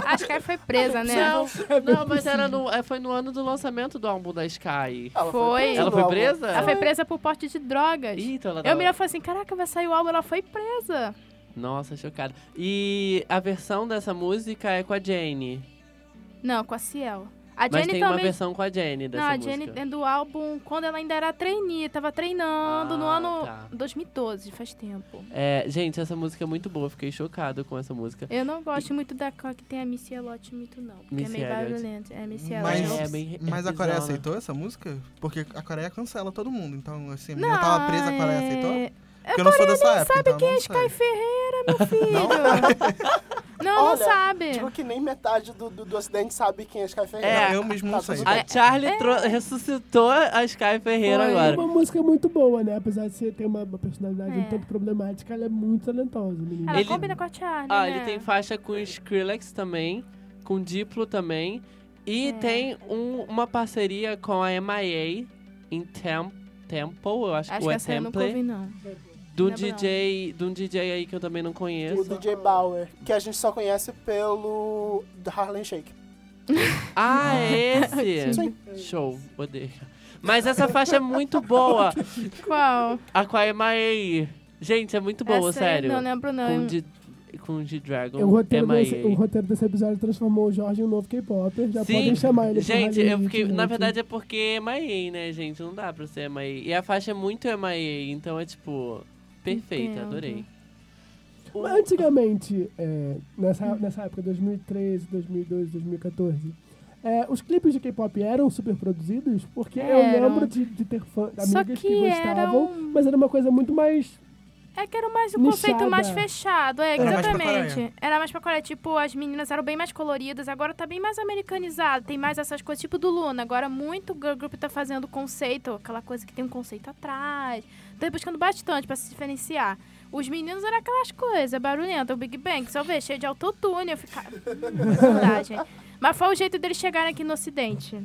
S5: A Sky foi presa, né?
S1: não, não, mas era no, é, foi no ano do lançamento do álbum da Sky.
S3: Ela
S5: Foi.
S3: foi presa.
S1: Ela
S3: no
S1: foi
S3: álbum.
S1: presa?
S5: Ela foi presa por porte de drogas.
S1: Ih, então ela
S5: eu
S1: tava-
S5: me lembro e falei assim: caraca, vai sair o álbum, ela foi presa.
S1: Nossa, chocado. E a versão dessa música é com a Jenny.
S5: Não, com a Ciel. A
S1: mas
S5: Jenny
S1: tem uma
S5: também.
S1: versão com a Jenny dessa
S5: Não, a
S1: música.
S5: Jenny é do álbum quando ela ainda era trainee, tava treinando no
S1: Ah,
S5: ano
S1: tá.
S5: 2012, faz tempo.
S1: É, gente, essa música é muito boa. eu Fiquei chocado com essa música.
S5: Eu não gosto muito da co- que tem a Missy Elliott muito, não. Porque
S1: Missy
S5: é meio
S1: Elliott.
S5: barulhenta. É Missy
S4: Mas,
S5: Elliott.
S1: É, bem-
S4: mas a
S1: é
S4: Coreia
S1: bizarro, né?
S4: aceitou essa música? Porque a Coreia cancela todo mundo. Então, assim, a
S5: Não,
S4: menina tava presa, a Coreia aceitou?
S5: é-
S4: Porque eu não sou dessa época.
S5: sabe
S4: então,
S5: quem é
S4: não
S5: Sky
S4: sei.
S5: Ferreira, meu filho?
S4: Não?
S5: Não, não
S3: Olha,
S5: sabe.
S1: tipo,
S3: Digo tipo, que nem metade do, do, do ocidente sabe quem é Sky Ferreira.
S1: É,
S4: eu mesmo não sei.
S3: tudo bem.
S1: A Charlie tro- ressuscitou a Sky Ferreira
S5: É. Foi.
S1: agora.
S2: É uma música muito boa, né? Apesar de você ter uma, uma personalidade
S5: É.
S2: um tanto problemática, ela é muito talentosa, menina.
S5: Ela
S1: Ele-
S5: combina com a Charlie,
S1: Ah,
S5: né?
S1: ele tem faixa com Skrillex também, com Diplo também. E
S5: É.
S1: tem um- uma parceria com a MIA em Tem- Temple, eu acho,
S5: Acho
S1: que
S5: que
S1: é
S5: essa eu nunca
S1: Temple.
S5: ouvi, não.
S1: Do
S5: Lembro não. é
S1: DJ, de um DJ aí que eu também não
S3: O
S1: conheço.
S3: DJ Bauer, que a gente só conhece pelo Harlem Shake.
S1: Ah, é esse!
S3: Sim.
S1: Show, odeio. Mas essa faixa é muito boa,
S5: Qual?
S1: a com a MIA. Gente, é muito boa,
S5: Essa eu
S1: sério.
S5: Não lembro, não.
S1: Com
S5: Eu-
S1: di- e com G-Dragon.
S2: O roteiro,
S1: MIA.
S2: desse, o roteiro desse episódio transformou o Jorge em um novo K-Popper. Já
S1: Sim.
S2: podem chamar ele pro
S1: Gente, eu
S2: Hollywood,
S1: fiquei. Na
S2: né, gente.
S1: verdade é porque é MIA, né, gente? Não dá pra ser MIA. E a faixa é muito MIA, então é tipo. Perfeita,
S5: Entendo.
S1: adorei. O-
S2: Mas Antigamente, é, nessa, nessa época, 2013, 2012, 2014, é, os clipes de K-pop eram super produzidos, porque eu
S5: Eram.
S2: lembro de, de ter fã,
S5: Só
S2: amigas
S5: que,
S2: que, gostavam,
S5: era um...
S2: mas era uma coisa muito mais.
S5: É que era mais um
S2: nichada.
S5: conceito mais fechado, é,
S4: Era mais pra
S5: exatamente. Era mais pra Coreia, tipo, as meninas eram bem mais coloridas, agora tá bem mais americanizado, tem mais essas coisas, tipo do Luna. Agora muito girl group tá fazendo conceito, aquela coisa que tem um conceito atrás. Tá buscando bastante pra se diferenciar. Os meninos eram aquelas coisas, barulhenta, o Big Bang, só vê, cheio de autotune, eu ficava... Hum, saudade. Mas foi o jeito deles chegarem aqui no ocidente.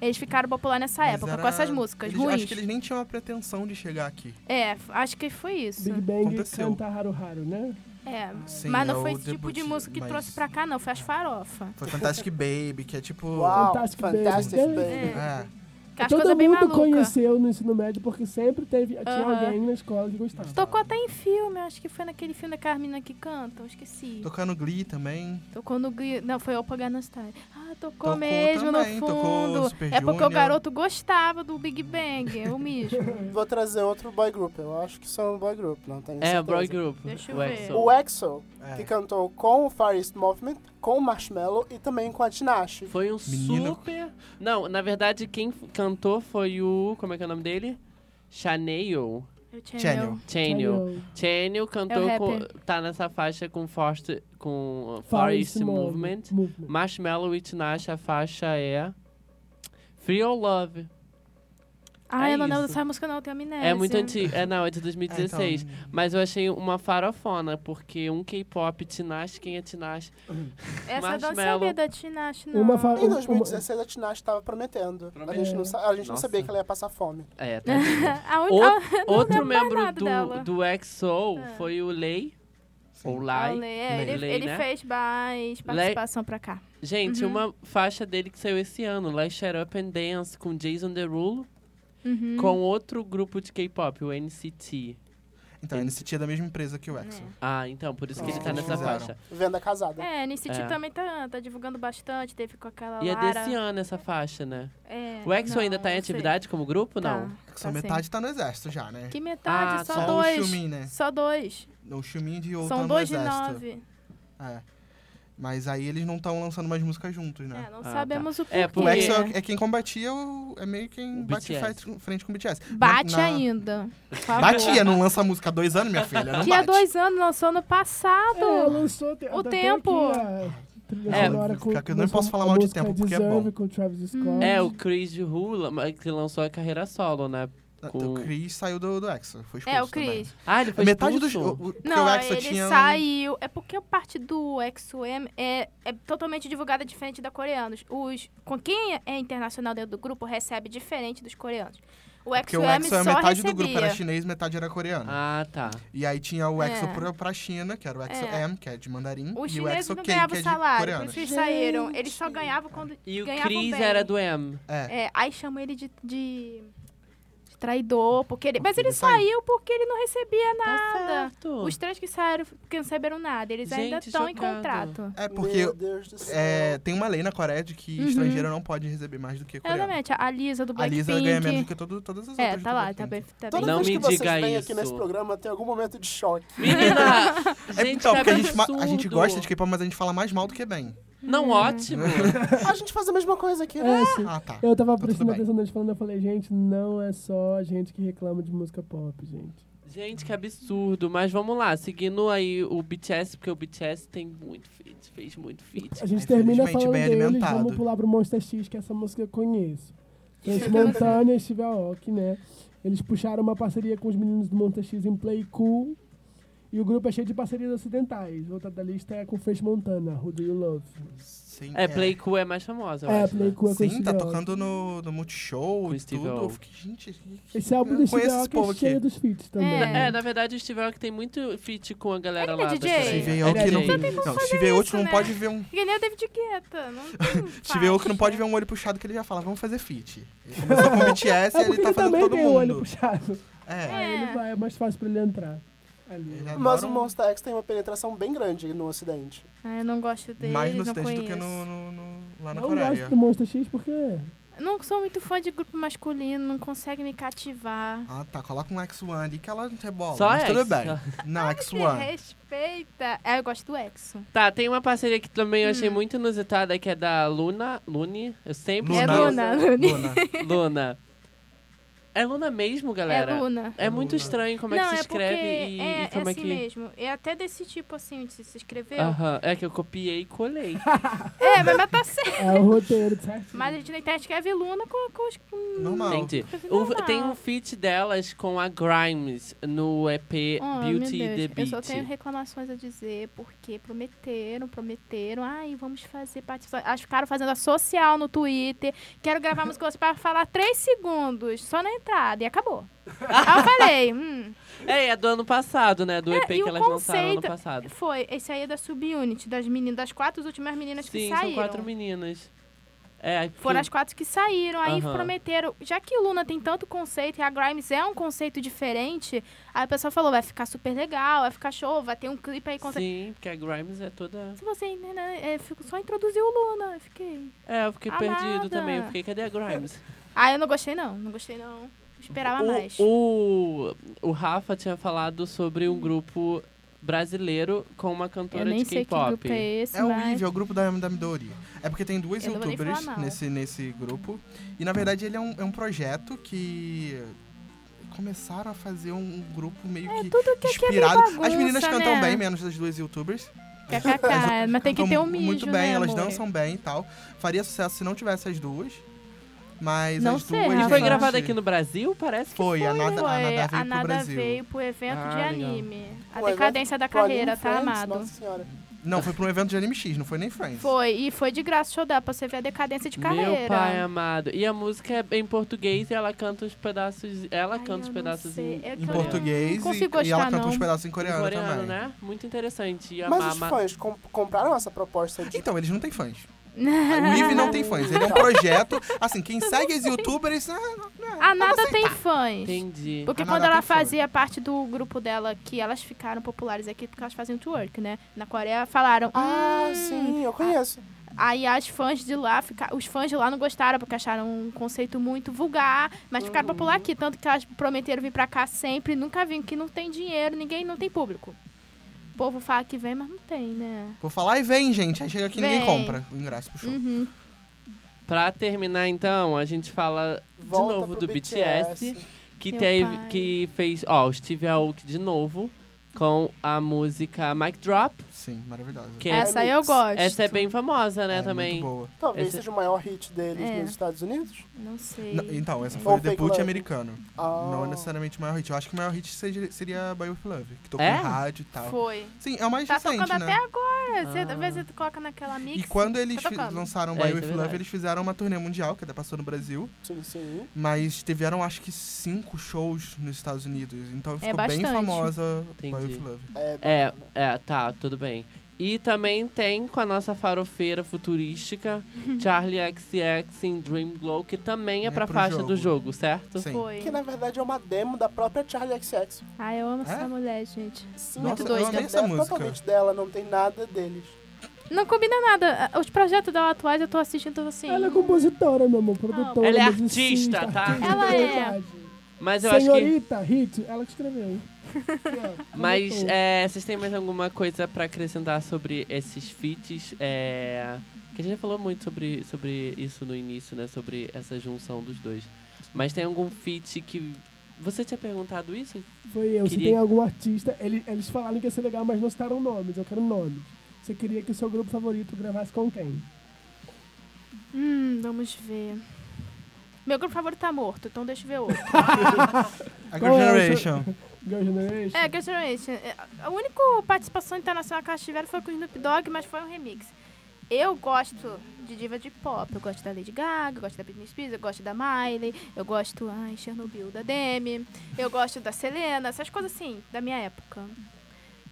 S5: Eles ficaram popular nessa
S4: Mas
S5: época,
S4: era-
S5: com essas músicas
S4: eles-
S5: ruins.
S4: Acho que eles nem tinham a pretensão de chegar aqui.
S5: É, f- acho que foi isso.
S2: Big Bang
S4: Aconteceu.
S2: canta Haru Haru, né?
S5: É,
S4: Sim,
S5: mas
S4: é
S5: não foi
S4: o
S5: esse tipo de
S4: debut,
S5: música que
S4: mas-
S5: trouxe pra cá, não. Foi as farofa.
S4: Foi Fantastic Baby, que é tipo.
S3: Uau,
S2: Fantastic
S3: Fantastic,
S2: Baby.
S3: Baby.
S4: É.
S5: Que as
S2: Todo
S5: coisas bem
S2: mundo
S5: malucas.
S2: conheceu no ensino médio, porque sempre teve, tinha
S5: Aham.
S2: alguém na escola que gostava.
S5: Tocou até em filme, eu acho que foi naquele filme da Carmina que canta, eu esqueci.
S4: Tocando Glee também.
S5: Tocou no. gri- Não, foi o Pagano Style. Ah, tocou,
S4: Tocou
S5: mesmo
S4: também,
S5: no
S4: tocou
S5: fundo.
S4: Super
S5: é porque
S4: Junior.
S5: o garoto gostava do Big Bang, eu mesmo.
S3: Vou trazer outro boy group. Eu acho que são boy group, não tenho
S1: É,
S3: certeza.
S1: o Boy Group.
S5: Deixa eu
S1: o
S5: ver.
S1: EXO.
S3: O EXO,
S4: É.
S3: que cantou com o Far East Movement, com o Marshmello e também com a Tinashe.
S1: Foi um
S4: Menino.
S1: super. Não, na verdade, quem f- cantou foi o. Como é que é o nome dele? Chanel.
S5: Eu tinha
S4: Channel.
S5: meu-
S1: Chanel.
S2: Chanel.
S1: Chanel cantou
S5: É o
S1: com.
S5: rapper.
S1: Tá nessa faixa com Forest, com uh,
S2: Far
S1: Far East Movement.
S2: Movement.
S1: Marshmallow e Tinashe, a faixa é. Free or Love.
S5: Ah,
S1: É
S5: eu não lembro
S1: isso.
S5: dessa música, não, eu tenho amnésia.
S1: É muito antiga. É, não, é de
S4: É,
S1: 2016.
S4: então,
S1: Mas eu achei uma farofona, porque um K-pop, Tinashe, quem é Tinashe?
S5: Essa eu não
S1: Marshmallow.
S5: sabia da Tinashe, não.
S2: Uma fa-
S3: Em 2016, a Tinashe tava prometendo. A gente, não, sa- a gente não
S1: Nossa.
S3: sabia que ela ia passar fome.
S1: É, tadinha.
S5: A
S1: Ou-
S5: única.
S1: Outro
S5: lembro mais
S1: membro
S5: nada dela.
S1: do, do EXO foi o Lei,
S4: sim.
S1: ou
S5: Ah, o
S1: Lai.
S5: Lê, é, ele,
S1: Lê,
S5: ele
S1: né?
S5: fez mais participação pra cá.
S1: Gente,
S5: Uhum.
S1: uma faixa dele que saiu esse ano, Lai Shut Up and Dance, com Jason Derulo,
S5: Uhum.
S1: com outro grupo de K-pop, o NCT.
S4: Então, a NCT é da mesma empresa que o EXO.
S1: Ah, então, por isso que
S3: Ah.
S1: ele tá
S4: Eles
S1: nessa
S4: fizeram.
S1: faixa.
S3: Venda casada.
S5: É, NCT
S1: É.
S5: também tá, tá divulgando bastante, teve com aquela
S1: E é
S5: Lara.
S1: desse ano essa faixa, né?
S5: É,
S1: O EXO
S5: não,
S1: ainda tá em
S5: não sei.
S1: atividade como grupo,
S5: Tá,
S1: não?
S4: É que
S5: tá
S4: Só
S5: sim.
S4: metade tá no exército já, né?
S5: Que metade?
S1: Ah,
S5: só,
S1: só
S4: Só o
S5: dois.
S4: Xumin, né?
S5: Só dois.
S4: O Xumin de outro tá
S5: São
S4: no
S5: dois de
S4: exército.
S5: nove.
S4: É. Mas aí eles não estão lançando mais músicas juntos, né?
S5: É,
S1: Ah,
S5: não
S1: tá.
S5: sabemos o porquê.
S1: É,
S4: O
S1: Porque-
S4: EXO é- é quem combatia, o- é meio quem
S1: O
S4: bate
S1: BTS.
S4: frente com- frente com o BTS. Na-
S5: Bate
S4: na-
S5: ainda. Por favor.
S4: Batia, não lança música há dois anos, minha filha. Não
S5: Que há
S4: bate.
S5: dois anos, lançou ano passado.
S2: É, lançou te-
S5: O
S2: até
S5: tempo.
S2: aqui a trilha
S1: É,
S2: sonora
S4: fica que eu não
S2: lançou
S4: posso falar
S2: a
S4: mal de
S2: música
S4: tempo, porque é
S2: Deserve
S4: bom.
S2: com Travis
S5: Hum.
S2: Scott.
S1: É, o Chris Hu, la- que lançou a carreira solo, né?
S4: O Chris saiu do, do EXO, foi expulso
S5: É, o Chris.
S1: Ah, ele foi
S4: Metade dos...
S1: expulso?
S4: O, o, porque
S5: Não,
S4: o EXO
S5: ele
S4: tinha um-
S5: saiu. É porque a parte do EXO-M é, é totalmente divulgada diferente da coreanos. Os, com quem é internacional dentro do grupo recebe diferente dos coreanos. O
S4: Porque o EXO é
S5: só
S4: metade
S5: recebia.
S4: do grupo, era chinês, metade era coreano.
S1: Ah, tá.
S4: E aí tinha o EXO
S5: É.
S4: pra, pra China, que era o EXO
S5: É.
S4: M, que é de mandarim,
S5: Os
S4: e o
S5: chineses
S4: EXO
S5: não
S4: K, que é
S5: ganhavam
S4: de
S5: salário, por
S4: coreano.
S5: isso eles saíram. Eles só ganhavam quando
S1: E o
S5: ganhavam
S1: Chris
S5: bem.
S1: era do M.
S4: É.
S5: É, aí chamam ele de, de- de traidor, porque ele... Mas
S4: Porque
S5: ele
S4: ele saiu.
S5: saiu porque ele não recebia
S1: Tá
S5: nada.
S1: certo.
S5: Os três que saíram, que não receberam nada, eles ainda
S1: Gente,
S5: estão em
S1: chocado.
S5: contrato.
S4: É porque
S3: Meu Deus do céu.
S4: é, tem uma lei na Coreia de que
S5: Uhum.
S4: estrangeiro não pode receber mais do que coreano.
S5: Exatamente, a Lisa do
S4: A
S5: Blackpink.
S4: Lisa ganha menos do que todo, todas as
S5: É,
S4: outras.
S5: tá
S4: do
S5: lá,
S4: Blackpink.
S5: tá bem, tá bem.
S3: Toda
S1: Não
S3: vez
S1: me
S3: que vocês
S1: diga
S3: vêm
S1: isso.
S3: aqui nesse programa, tem algum momento de choque.
S1: Menina!
S4: É,
S1: gente,
S4: então,
S1: que
S4: porque a gente, ma- a gente
S1: absurdo.
S4: gosta de Hum. K-pop, mas a gente fala mais mal do que bem.
S1: Não, ótimo.
S3: A gente faz a mesma coisa aqui, né?
S2: É, sim.
S4: Ah, tá.
S2: Eu tava
S4: Tá tudo
S2: prestando
S4: bem.
S2: atenção neles falando, eu falei, gente, não é só a gente que reclama de música pop, gente.
S1: Gente, que absurdo. Mas vamos lá, seguindo aí o BTS, porque o BTS tem muito feat, fez muito feat.
S2: A gente
S4: É,
S2: termina
S4: infelizmente,
S2: falando
S4: bem
S2: deles,
S4: alimentado.
S2: vamos pular pro Monster X, que essa música eu conheço. Gente, Montana e Steve Aoki, né? Eles puxaram uma parceria com os meninos do Monster X em Play Cool. E o grupo é cheio de parcerias ocidentais. Outra da lista é com Fresh Montana, Who Do You Love?
S4: Sim,
S1: É, Play Cool é mais famosa, eu
S2: é,
S1: acho, né?
S2: Play Cool é com
S4: Sim,
S2: Steve
S4: tá
S2: Aoki.
S4: tocando no, no Multishow
S1: Com
S4: e
S1: Steve
S4: tudo. Eu
S1: Aoki.
S4: fiquei, gente, que-
S2: Esse álbum
S4: eu
S2: do Steve
S4: conheço esse
S2: Aoki
S4: povo
S2: é
S4: aqui.
S2: cheio dos feats também.
S5: É.
S1: É, na verdade, o Steve Aoki tem muito feat com a galera
S5: Ele é
S1: lá
S5: DJ?
S1: da Coreia.
S4: Steve
S5: Steve
S1: Ele
S4: Aoki
S1: é
S4: não,
S1: DJ.
S4: não,
S5: fazer
S4: Steve Aoki
S5: isso,
S4: não
S5: né?
S4: pode ver um...
S5: Que nem o David Guetta, não tem
S4: Steve Aoki não
S5: faixa.
S4: pode ver um olho puxado que ele já fala, vamos fazer feat. Ele começou com o BTS e
S2: É
S4: ele
S2: porque
S4: tá
S2: ele
S4: fazendo
S2: também
S4: todo
S2: tem o olho
S4: mundo.
S2: puxado.
S4: É.
S5: É.
S2: Ele vai, é mais fácil pra ele entrar. ali.
S4: Eles
S3: Mas o
S4: adoram
S3: Monster X tem uma penetração bem grande no ocidente.
S5: Ah, eu não gosto deles,
S4: mais no
S5: não
S4: Ocidente
S5: conheço.
S4: do que no, no- no- lá na
S2: Eu
S4: Coreia.
S2: gosto do Monster X porque. é
S5: Não sou muito fã de grupo masculino, não consegue me cativar.
S4: Ah, tá. Coloca um X1 ali que ela rebola.
S1: Só
S4: mas tudo
S1: X.
S4: bem. Na
S5: Me
S4: X1.
S5: respeita. É, eu gosto do EXO.
S1: Tá, tem uma parceria que também eu achei
S5: Hum.
S1: muito inusitada, que é da Luna. Lune? Eu sempre
S5: É
S1: esqueço.
S5: Luna, Lune.
S4: Luna.
S1: Luna. É Luna mesmo, galera?
S5: É Luna.
S1: É muito
S4: Luna.
S1: estranho como é
S5: não,
S1: que se
S5: é
S1: escreve
S5: porque
S1: e,
S5: é,
S1: e como
S5: é
S1: é,
S5: assim
S1: que.
S5: mesmo. É até desse tipo assim, de se escreveu.
S1: Aham, é que eu copiei e colei.
S5: É, mas, mas tá certo.
S2: É o roteiro de certinho.
S5: Mas a gente na internet escreve Luna com, com os... com-
S4: Normal.
S1: Gente,
S5: Coisa
S1: o-
S5: normal.
S1: tem um feat delas com a Grimes no EP
S5: Oh, meu
S1: Beauty
S5: Deus,
S1: the
S5: Eu só
S1: Beat.
S5: tenho reclamações a dizer, porque prometeram, prometeram. Ai, vamos fazer participação. Elas ficaram fazendo a social no Twitter. Quero gravar música para falar três segundos, só na entrada, e acabou. Aí eu falei, hum,
S1: É, é do ano passado, né? Do EP
S5: É, e
S1: que
S5: o
S1: elas lançaram ano
S5: conceito-
S1: passado.
S5: foi. Esse aí é da subunit, das meninas, das quatro últimas meninas que
S1: Sim,
S5: saíram.
S1: são quatro meninas. É, que-
S5: Foram as quatro que saíram, aí
S1: Aham.
S5: prometeram. Já que Luna tem tanto conceito e a Grimes é um conceito diferente, aí o pessoal falou: vai ficar super legal, vai ficar show, vai ter um clipe aí com
S1: Sim, porque a Grimes é toda.
S5: Se você né, né, é, fico- só introduziu o Luna, eu fiquei.
S1: É, eu
S5: Ah,
S1: fiquei perdido
S5: Amada.
S1: também. Eu fiquei, cadê a Grimes?
S5: Ah, eu não gostei não, não gostei não. Esperava mais.
S1: O, o, o Rafa tinha falado sobre um grupo brasileiro com uma
S5: eu
S1: cantora
S5: nem
S1: de
S5: sei que grupo é
S1: K-pop.
S5: esse,
S4: É
S5: mas...
S4: horrível, é o grupo da, da Midori. É porque tem duas
S5: Eu não vou nem
S4: youtubers
S5: falar mal.
S4: nesse, nesse grupo. E na verdade ele é um, é um projeto que começaram a fazer um grupo meio que
S5: Tudo que aqui é meio
S4: inspirado.
S5: bagunça,
S4: As meninas
S5: né?
S4: cantam bem, menos as duas youtubers.
S5: KKK, é mas tem que ter
S4: cantam
S5: um mijo,
S4: Então, Muito bem,
S5: né,
S4: elas
S5: amor?
S4: dançam bem e tal. Faria sucesso se não tivesse as duas. Mas
S5: Não
S4: as
S5: sei,
S4: duas.
S1: E
S5: Rafa.
S1: foi
S5: Aham.
S1: gravado aqui no Brasil? Parece que
S4: Foi, a
S5: Foi,
S4: Nada, a Nada veio
S5: é, a
S4: pro
S5: Nada
S4: Brasil.
S5: veio pro evento de
S1: Ah, legal.
S5: anime. A
S3: Pro evento-
S5: decadência da
S3: Pro Anime
S5: carreira, tá,
S3: Friends,
S5: amado?
S3: Nossa senhora.
S4: Não, foi pra um evento de Anime X, não foi nem Friends.
S5: Foi, e foi de graça o show dela, pra você ver a decadência de carreira.
S1: Meu pai amado. E a música é em português e ela canta os pedaços. Ela
S5: Ai, eu
S1: canta os
S5: não
S1: pedaços
S5: sei,
S1: em,
S5: é que
S4: Em
S5: eu
S4: português
S5: não
S4: e,
S5: consigo
S4: e ela
S5: gostar,
S4: canta uns
S5: não.
S4: pedaços em coreano, também.
S1: né? Muito interessante. E a
S3: Mas os
S1: mama-
S3: fãs com- compraram essa proposta de
S4: Então, eles não têm fãs. O Eve não tem fãs. Ele é um projeto. Assim, quem segue as youtubers. ah,
S5: A Nada tem fãs.
S1: Entendi.
S5: Porque
S4: A
S5: quando
S4: Nana
S5: ela
S4: tem fã.
S5: fazia parte do grupo dela, que elas ficaram populares aqui porque elas faziam twerk, né? Na Coreia falaram, ah,
S3: Ah, sim, eu conheço.
S5: Aí as fãs de lá, fica... os fãs de lá não gostaram porque acharam um conceito muito vulgar, mas ficaram popular aqui. Tanto que elas prometeram vir pra cá sempre, nunca vim, que não tem dinheiro, ninguém não tem público. O povo fala que vem, mas não tem, né?
S4: Vou falar e vem, gente. Aí chega aqui e ninguém
S5: Vem.
S4: compra o ingresso pro show.
S5: Uhum.
S1: Pra terminar, então, a gente fala
S3: Volta
S1: de novo do
S3: pro
S1: BTS, que,
S5: Meu
S1: teve,
S5: pai.
S1: que fez. Ó, o Steve Aoki de novo com a música Mic Drop,
S4: Sim, maravilhosa.
S1: que é-
S5: Essa aí eu gosto.
S1: essa é bem famosa, né,
S4: É,
S1: também.
S4: Muito boa.
S3: Talvez
S1: Esse-
S3: seja o maior hit deles
S5: É.
S3: nos Estados Unidos.
S5: Não sei.
S4: Não, então, essa foi
S3: Ou
S4: o
S3: Fake
S4: debut
S3: Love.
S4: americano.
S3: Ah.
S5: Oh.
S4: Não é necessariamente o maior hit. Eu acho que o maior hit seja- seria By With Love, que tocou
S1: É?
S4: em rádio e tal.
S5: Foi.
S4: Sim, é o mais
S5: Tá
S4: recente,
S5: tocando
S4: né?
S5: até agora. Você,
S1: Ah.
S5: às vezes você coloca naquela mix.
S4: E quando eles
S5: tá
S4: fi-
S5: tocando.
S4: lançaram
S1: É,
S4: By
S1: isso é
S4: With
S1: verdade.
S4: Love, eles fizeram uma turnê mundial, que até passou no Brasil.
S3: Sim, sim.
S4: Mas tiveram, acho que, cinco shows nos Estados Unidos. Então ficou bem
S5: É bastante.
S4: famosa By
S1: Entendi.
S4: With Love.
S3: É,
S1: É, é, tá, tudo bem. E também tem com a nossa farofeira futurística, Charlie XX em Dream Glow, que também é
S4: É
S1: pra
S4: pro
S1: faixa do jogo,
S4: jogo.
S1: certo?
S4: Sim.
S5: Foi.
S3: que na verdade é uma demo da própria Charlie XX.
S5: Ah, eu amo
S4: É?
S5: essa mulher, gente.
S3: Sim, é
S4: Nossa,
S5: eu
S3: totalmente
S4: amei essa
S3: dela-
S4: música.
S3: totalmente dela, não tem nada deles.
S5: Não combina nada. Ah, Os projetos dela atuais eu tô assistindo assim.
S2: Ela é compositora, meu amor, produtora.
S1: Ela é
S2: musicista,
S1: artista, tá?
S2: artista
S5: Ela
S2: de
S5: é.
S2: verdade.
S1: Mas eu acho que.
S2: Senhorita, hit, ela que escreveu.
S1: Mas
S2: Anotou.
S1: é, vocês têm mais alguma coisa pra acrescentar sobre esses feats? É, que a gente já falou muito sobre, sobre isso no início, né? Sobre essa junção dos dois. Mas tem algum feat que. Você tinha perguntado isso?
S2: Foi eu. Se
S1: Queria-
S2: tem algum artista, ele- eles falaram que ia ser legal, mas não citaram nomes. Eu quero nomes. Você queria que o seu grupo favorito gravasse com quem?
S5: Hum, vamos ver. Meu grupo favorito tá morto, então deixa eu ver outro.
S4: A
S2: Qual
S4: Girl
S2: é o seu-
S4: Generation.
S2: Girl Generation?
S5: é, Girls' Generation. É, A única participação internacional que elas tiveram foi com o Snoop Dogg, mas foi um remix. Eu gosto de diva de pop. Eu gosto da Lady Gaga, eu gosto da Britney Spears, eu gosto da Miley, eu gosto, ai, Chernobyl, da Demi, eu gosto da Selena, essas coisas assim, da minha época. Eu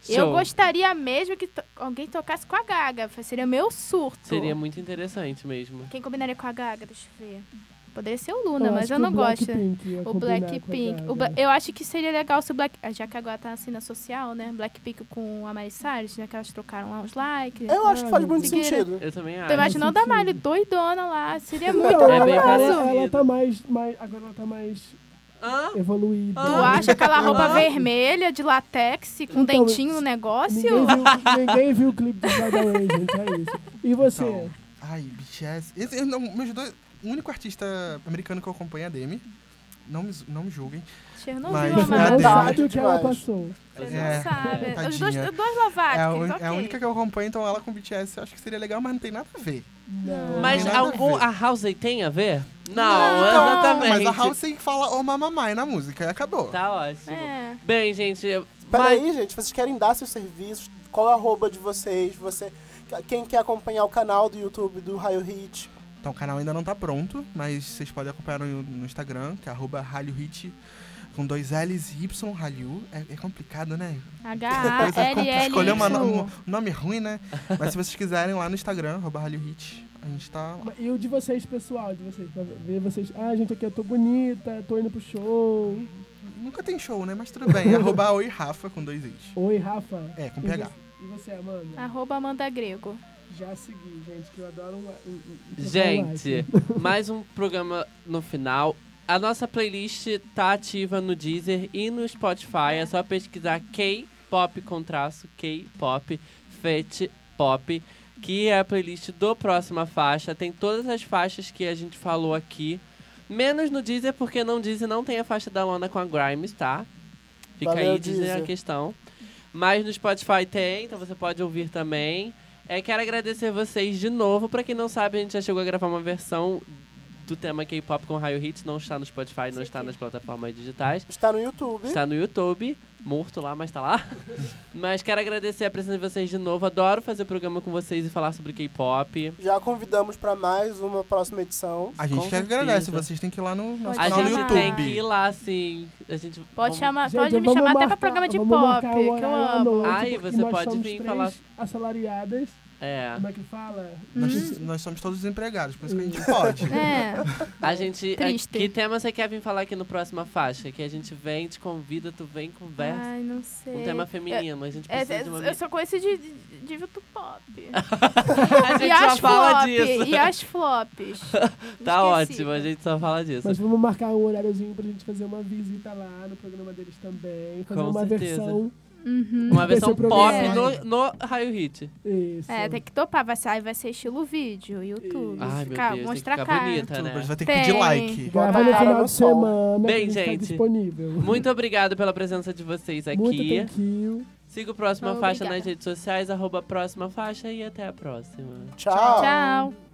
S1: Show.
S5: gostaria mesmo que to- alguém tocasse com a Gaga. Seria meu surto.
S1: Seria muito interessante mesmo.
S5: Quem combinaria com a Gaga? Deixa eu ver. Poderia ser o Luna, mas
S2: acho
S5: eu
S2: que
S5: não
S2: o
S5: gosto.
S2: Blackpink ia
S5: O
S2: combinar
S5: Blackpink.
S2: com a
S5: O
S2: Gaga.
S5: Bla- Eu acho que seria legal se o Black. ah, Já que agora tá assim na social, né? Blackpink com a Miley Cyrus, né? Que elas trocaram lá uns likes.
S3: Eu acho que faz muito
S5: Seguiram.
S3: sentido.
S1: Eu também
S5: Tô
S1: acho.
S5: imaginando a
S2: faz
S5: Miley
S2: Ah, sentido.
S5: doidona lá. Seria
S2: Não,
S5: muito
S1: É
S2: ela,
S1: bem
S2: ela,
S5: amoroso.
S1: parecido.
S2: ela tá mais, mais. Agora ela tá mais
S1: Hã?
S2: evoluída.
S5: Tu
S1: Ah.
S5: acha aquela roupa
S1: Ah.
S5: vermelha de latex com um
S2: Então,
S5: dentinho no
S2: Ninguém
S5: negócio?
S2: viu, ninguém viu o clipe do Broadway, gente. É isso. E você?
S4: Então, ai, BTS. Esse, eu não, meus dois, o único artista americano que eu acompanho é a Demi. Não me, não me julguem.
S5: Chernobyl,
S4: Mas-
S5: não
S2: você
S5: amada.
S2: não
S3: Nada.
S2: sabe o que ela
S3: Demais.
S2: passou.
S5: Você
S4: É,
S5: não sabe.
S4: é,
S5: Os dois,
S4: tadinha.
S5: os dois
S4: é, a,
S5: Lovatics,
S4: un-
S5: Ah, ok.
S4: é a única que eu acompanho, então ela com BTS eu acho que seria legal, mas não tem nada a ver.
S2: Não.
S1: Mas
S4: É, Não tem nada a
S1: algum
S4: ver.
S1: a House tem a ver? Não,
S5: Não.
S1: Ah, exatamente.
S4: Então, Mas a Halsey fala o mamamai na música e acabou.
S1: Tá ótimo.
S5: É.
S1: Bem, gente, mas,
S3: Peraí, gente, vocês querem dar seus serviços? Qual é a arroba de vocês? Você, quem quer acompanhar o canal do YouTube do Raio Hit?
S4: Então o canal ainda não tá pronto, mas vocês podem acompanhar no, no Instagram, que é arroba ralhohit, com dois L's e Y, ralho. É, é complicado, né?
S5: Ah,
S4: Depois é compli- Escolher uma no- um
S5: H-A-L-L.
S4: nome ruim, né? Mas se vocês quiserem lá no Instagram, arroba ralhohit, a gente tá lá.
S2: E o de vocês, pessoal, de vocês, pra ver vocês. Ah, gente, aqui eu tô bonita, tô indo pro show.
S4: Nunca tem show, né? Mas tudo bem. Arroba oi Rafa com dois Is.
S2: Oi, Rafa.
S4: É, com
S2: E
S1: Uhum.
S4: PH.
S2: você- E você, Amanda?
S5: Arroba Amanda Grego.
S2: Já segui, gente, que eu adoro um. um- um- um
S1: gente,
S2: like.
S1: mais um programa no final. A nossa playlist tá ativa no Deezer e no Spotify. É só pesquisar K-pop com traço K-pop Fet Pop, que é a playlist do próxima faixa. Tem todas as faixas que a gente falou aqui, menos no Deezer porque não Deezer não tem a faixa da Lana com a Grimes, tá? Fica
S3: Valeu,
S1: aí Deezer a
S3: Deezer.
S1: questão. Mas no Spotify tem, então você pode ouvir também. É, quero agradecer vocês de novo. Pra quem não sabe, a gente já chegou a gravar uma versão do tema K-pop com Raio Hits. Não está no Spotify, não está nas plataformas digitais.
S3: Está no
S5: Hum?
S3: YouTube.
S1: Está no YouTube, morto lá, mas está lá. mas quero agradecer a presença de vocês de novo. Adoro fazer programa com vocês e falar sobre K-pop.
S3: Já convidamos para mais uma próxima edição.
S4: A gente
S1: Com
S4: que agradece.
S1: certeza.
S4: Vocês têm que ir lá no nosso
S5: Pode
S1: A
S4: canal no
S1: gente tem
S4: YouTube.
S1: que ir lá, assim. A gente
S5: Pode,
S1: vamos-
S5: chamar,
S2: Gente,
S5: Ah, pode me
S2: vamos
S5: chamar até
S2: marcar-
S5: pra programa de
S2: vamos
S5: pop,
S2: marcar o
S5: que eu
S2: horário à
S5: amo.
S2: noite,
S1: Ai,
S2: porque
S1: você
S2: nós
S1: pode
S2: somos
S1: vir
S2: três
S1: falar-
S2: Assalariadas.
S1: É.
S2: Como é que fala?
S4: Nós, nós somos todos desempregados, por isso que a gente pode.
S5: É,
S1: A gente. é,
S5: Triste.
S1: que tema você quer vir falar aqui no próxima faixa? Que a gente vem, te convida, tu vem, conversa.
S5: ai, não sei.
S1: Um tema um feminino, a gente
S5: É,
S1: precisa
S5: é,
S1: de uma...
S5: eu só conheço de, de, de Vitor Pop.
S1: A
S5: e
S1: gente só
S5: as
S1: fala
S5: flop,
S1: disso.
S5: e as flops.
S1: Tá
S5: Esqueci. né?
S1: ótimo, a gente só fala disso.
S2: Mas vamos marcar um horáriozinho pra gente fazer uma visita lá no programa deles também. Fazer
S1: Com
S2: uma
S1: certeza.
S2: versão.
S5: Uhum.
S1: Uma versão
S2: Esse é o
S1: pop no,
S5: programa.
S1: no raio hit.
S2: Isso.
S5: É, tem que topar, vai sair, vai ser estilo vídeo, YouTube.
S1: Ai, meu
S5: ficar,
S1: Deus, tem que
S5: mostrar
S1: ficar
S5: cara.
S1: bonita,
S4: Mas
S1: né?
S4: vai ter que pedir
S5: Tem.
S4: like.
S2: Grava no
S5: Bota a cara
S2: final
S3: no
S2: de
S3: sol.
S2: semana.
S1: Bem,
S2: que
S1: gente.
S2: Tá disponível.
S1: Muito obrigado pela presença de vocês
S2: Muito
S1: aqui.
S2: thank you.
S1: Siga o Próxima
S5: Obrigada.
S1: Faixa nas redes sociais, arroba Próxima Faixa e até a próxima.
S3: Tchau.
S5: Tchau.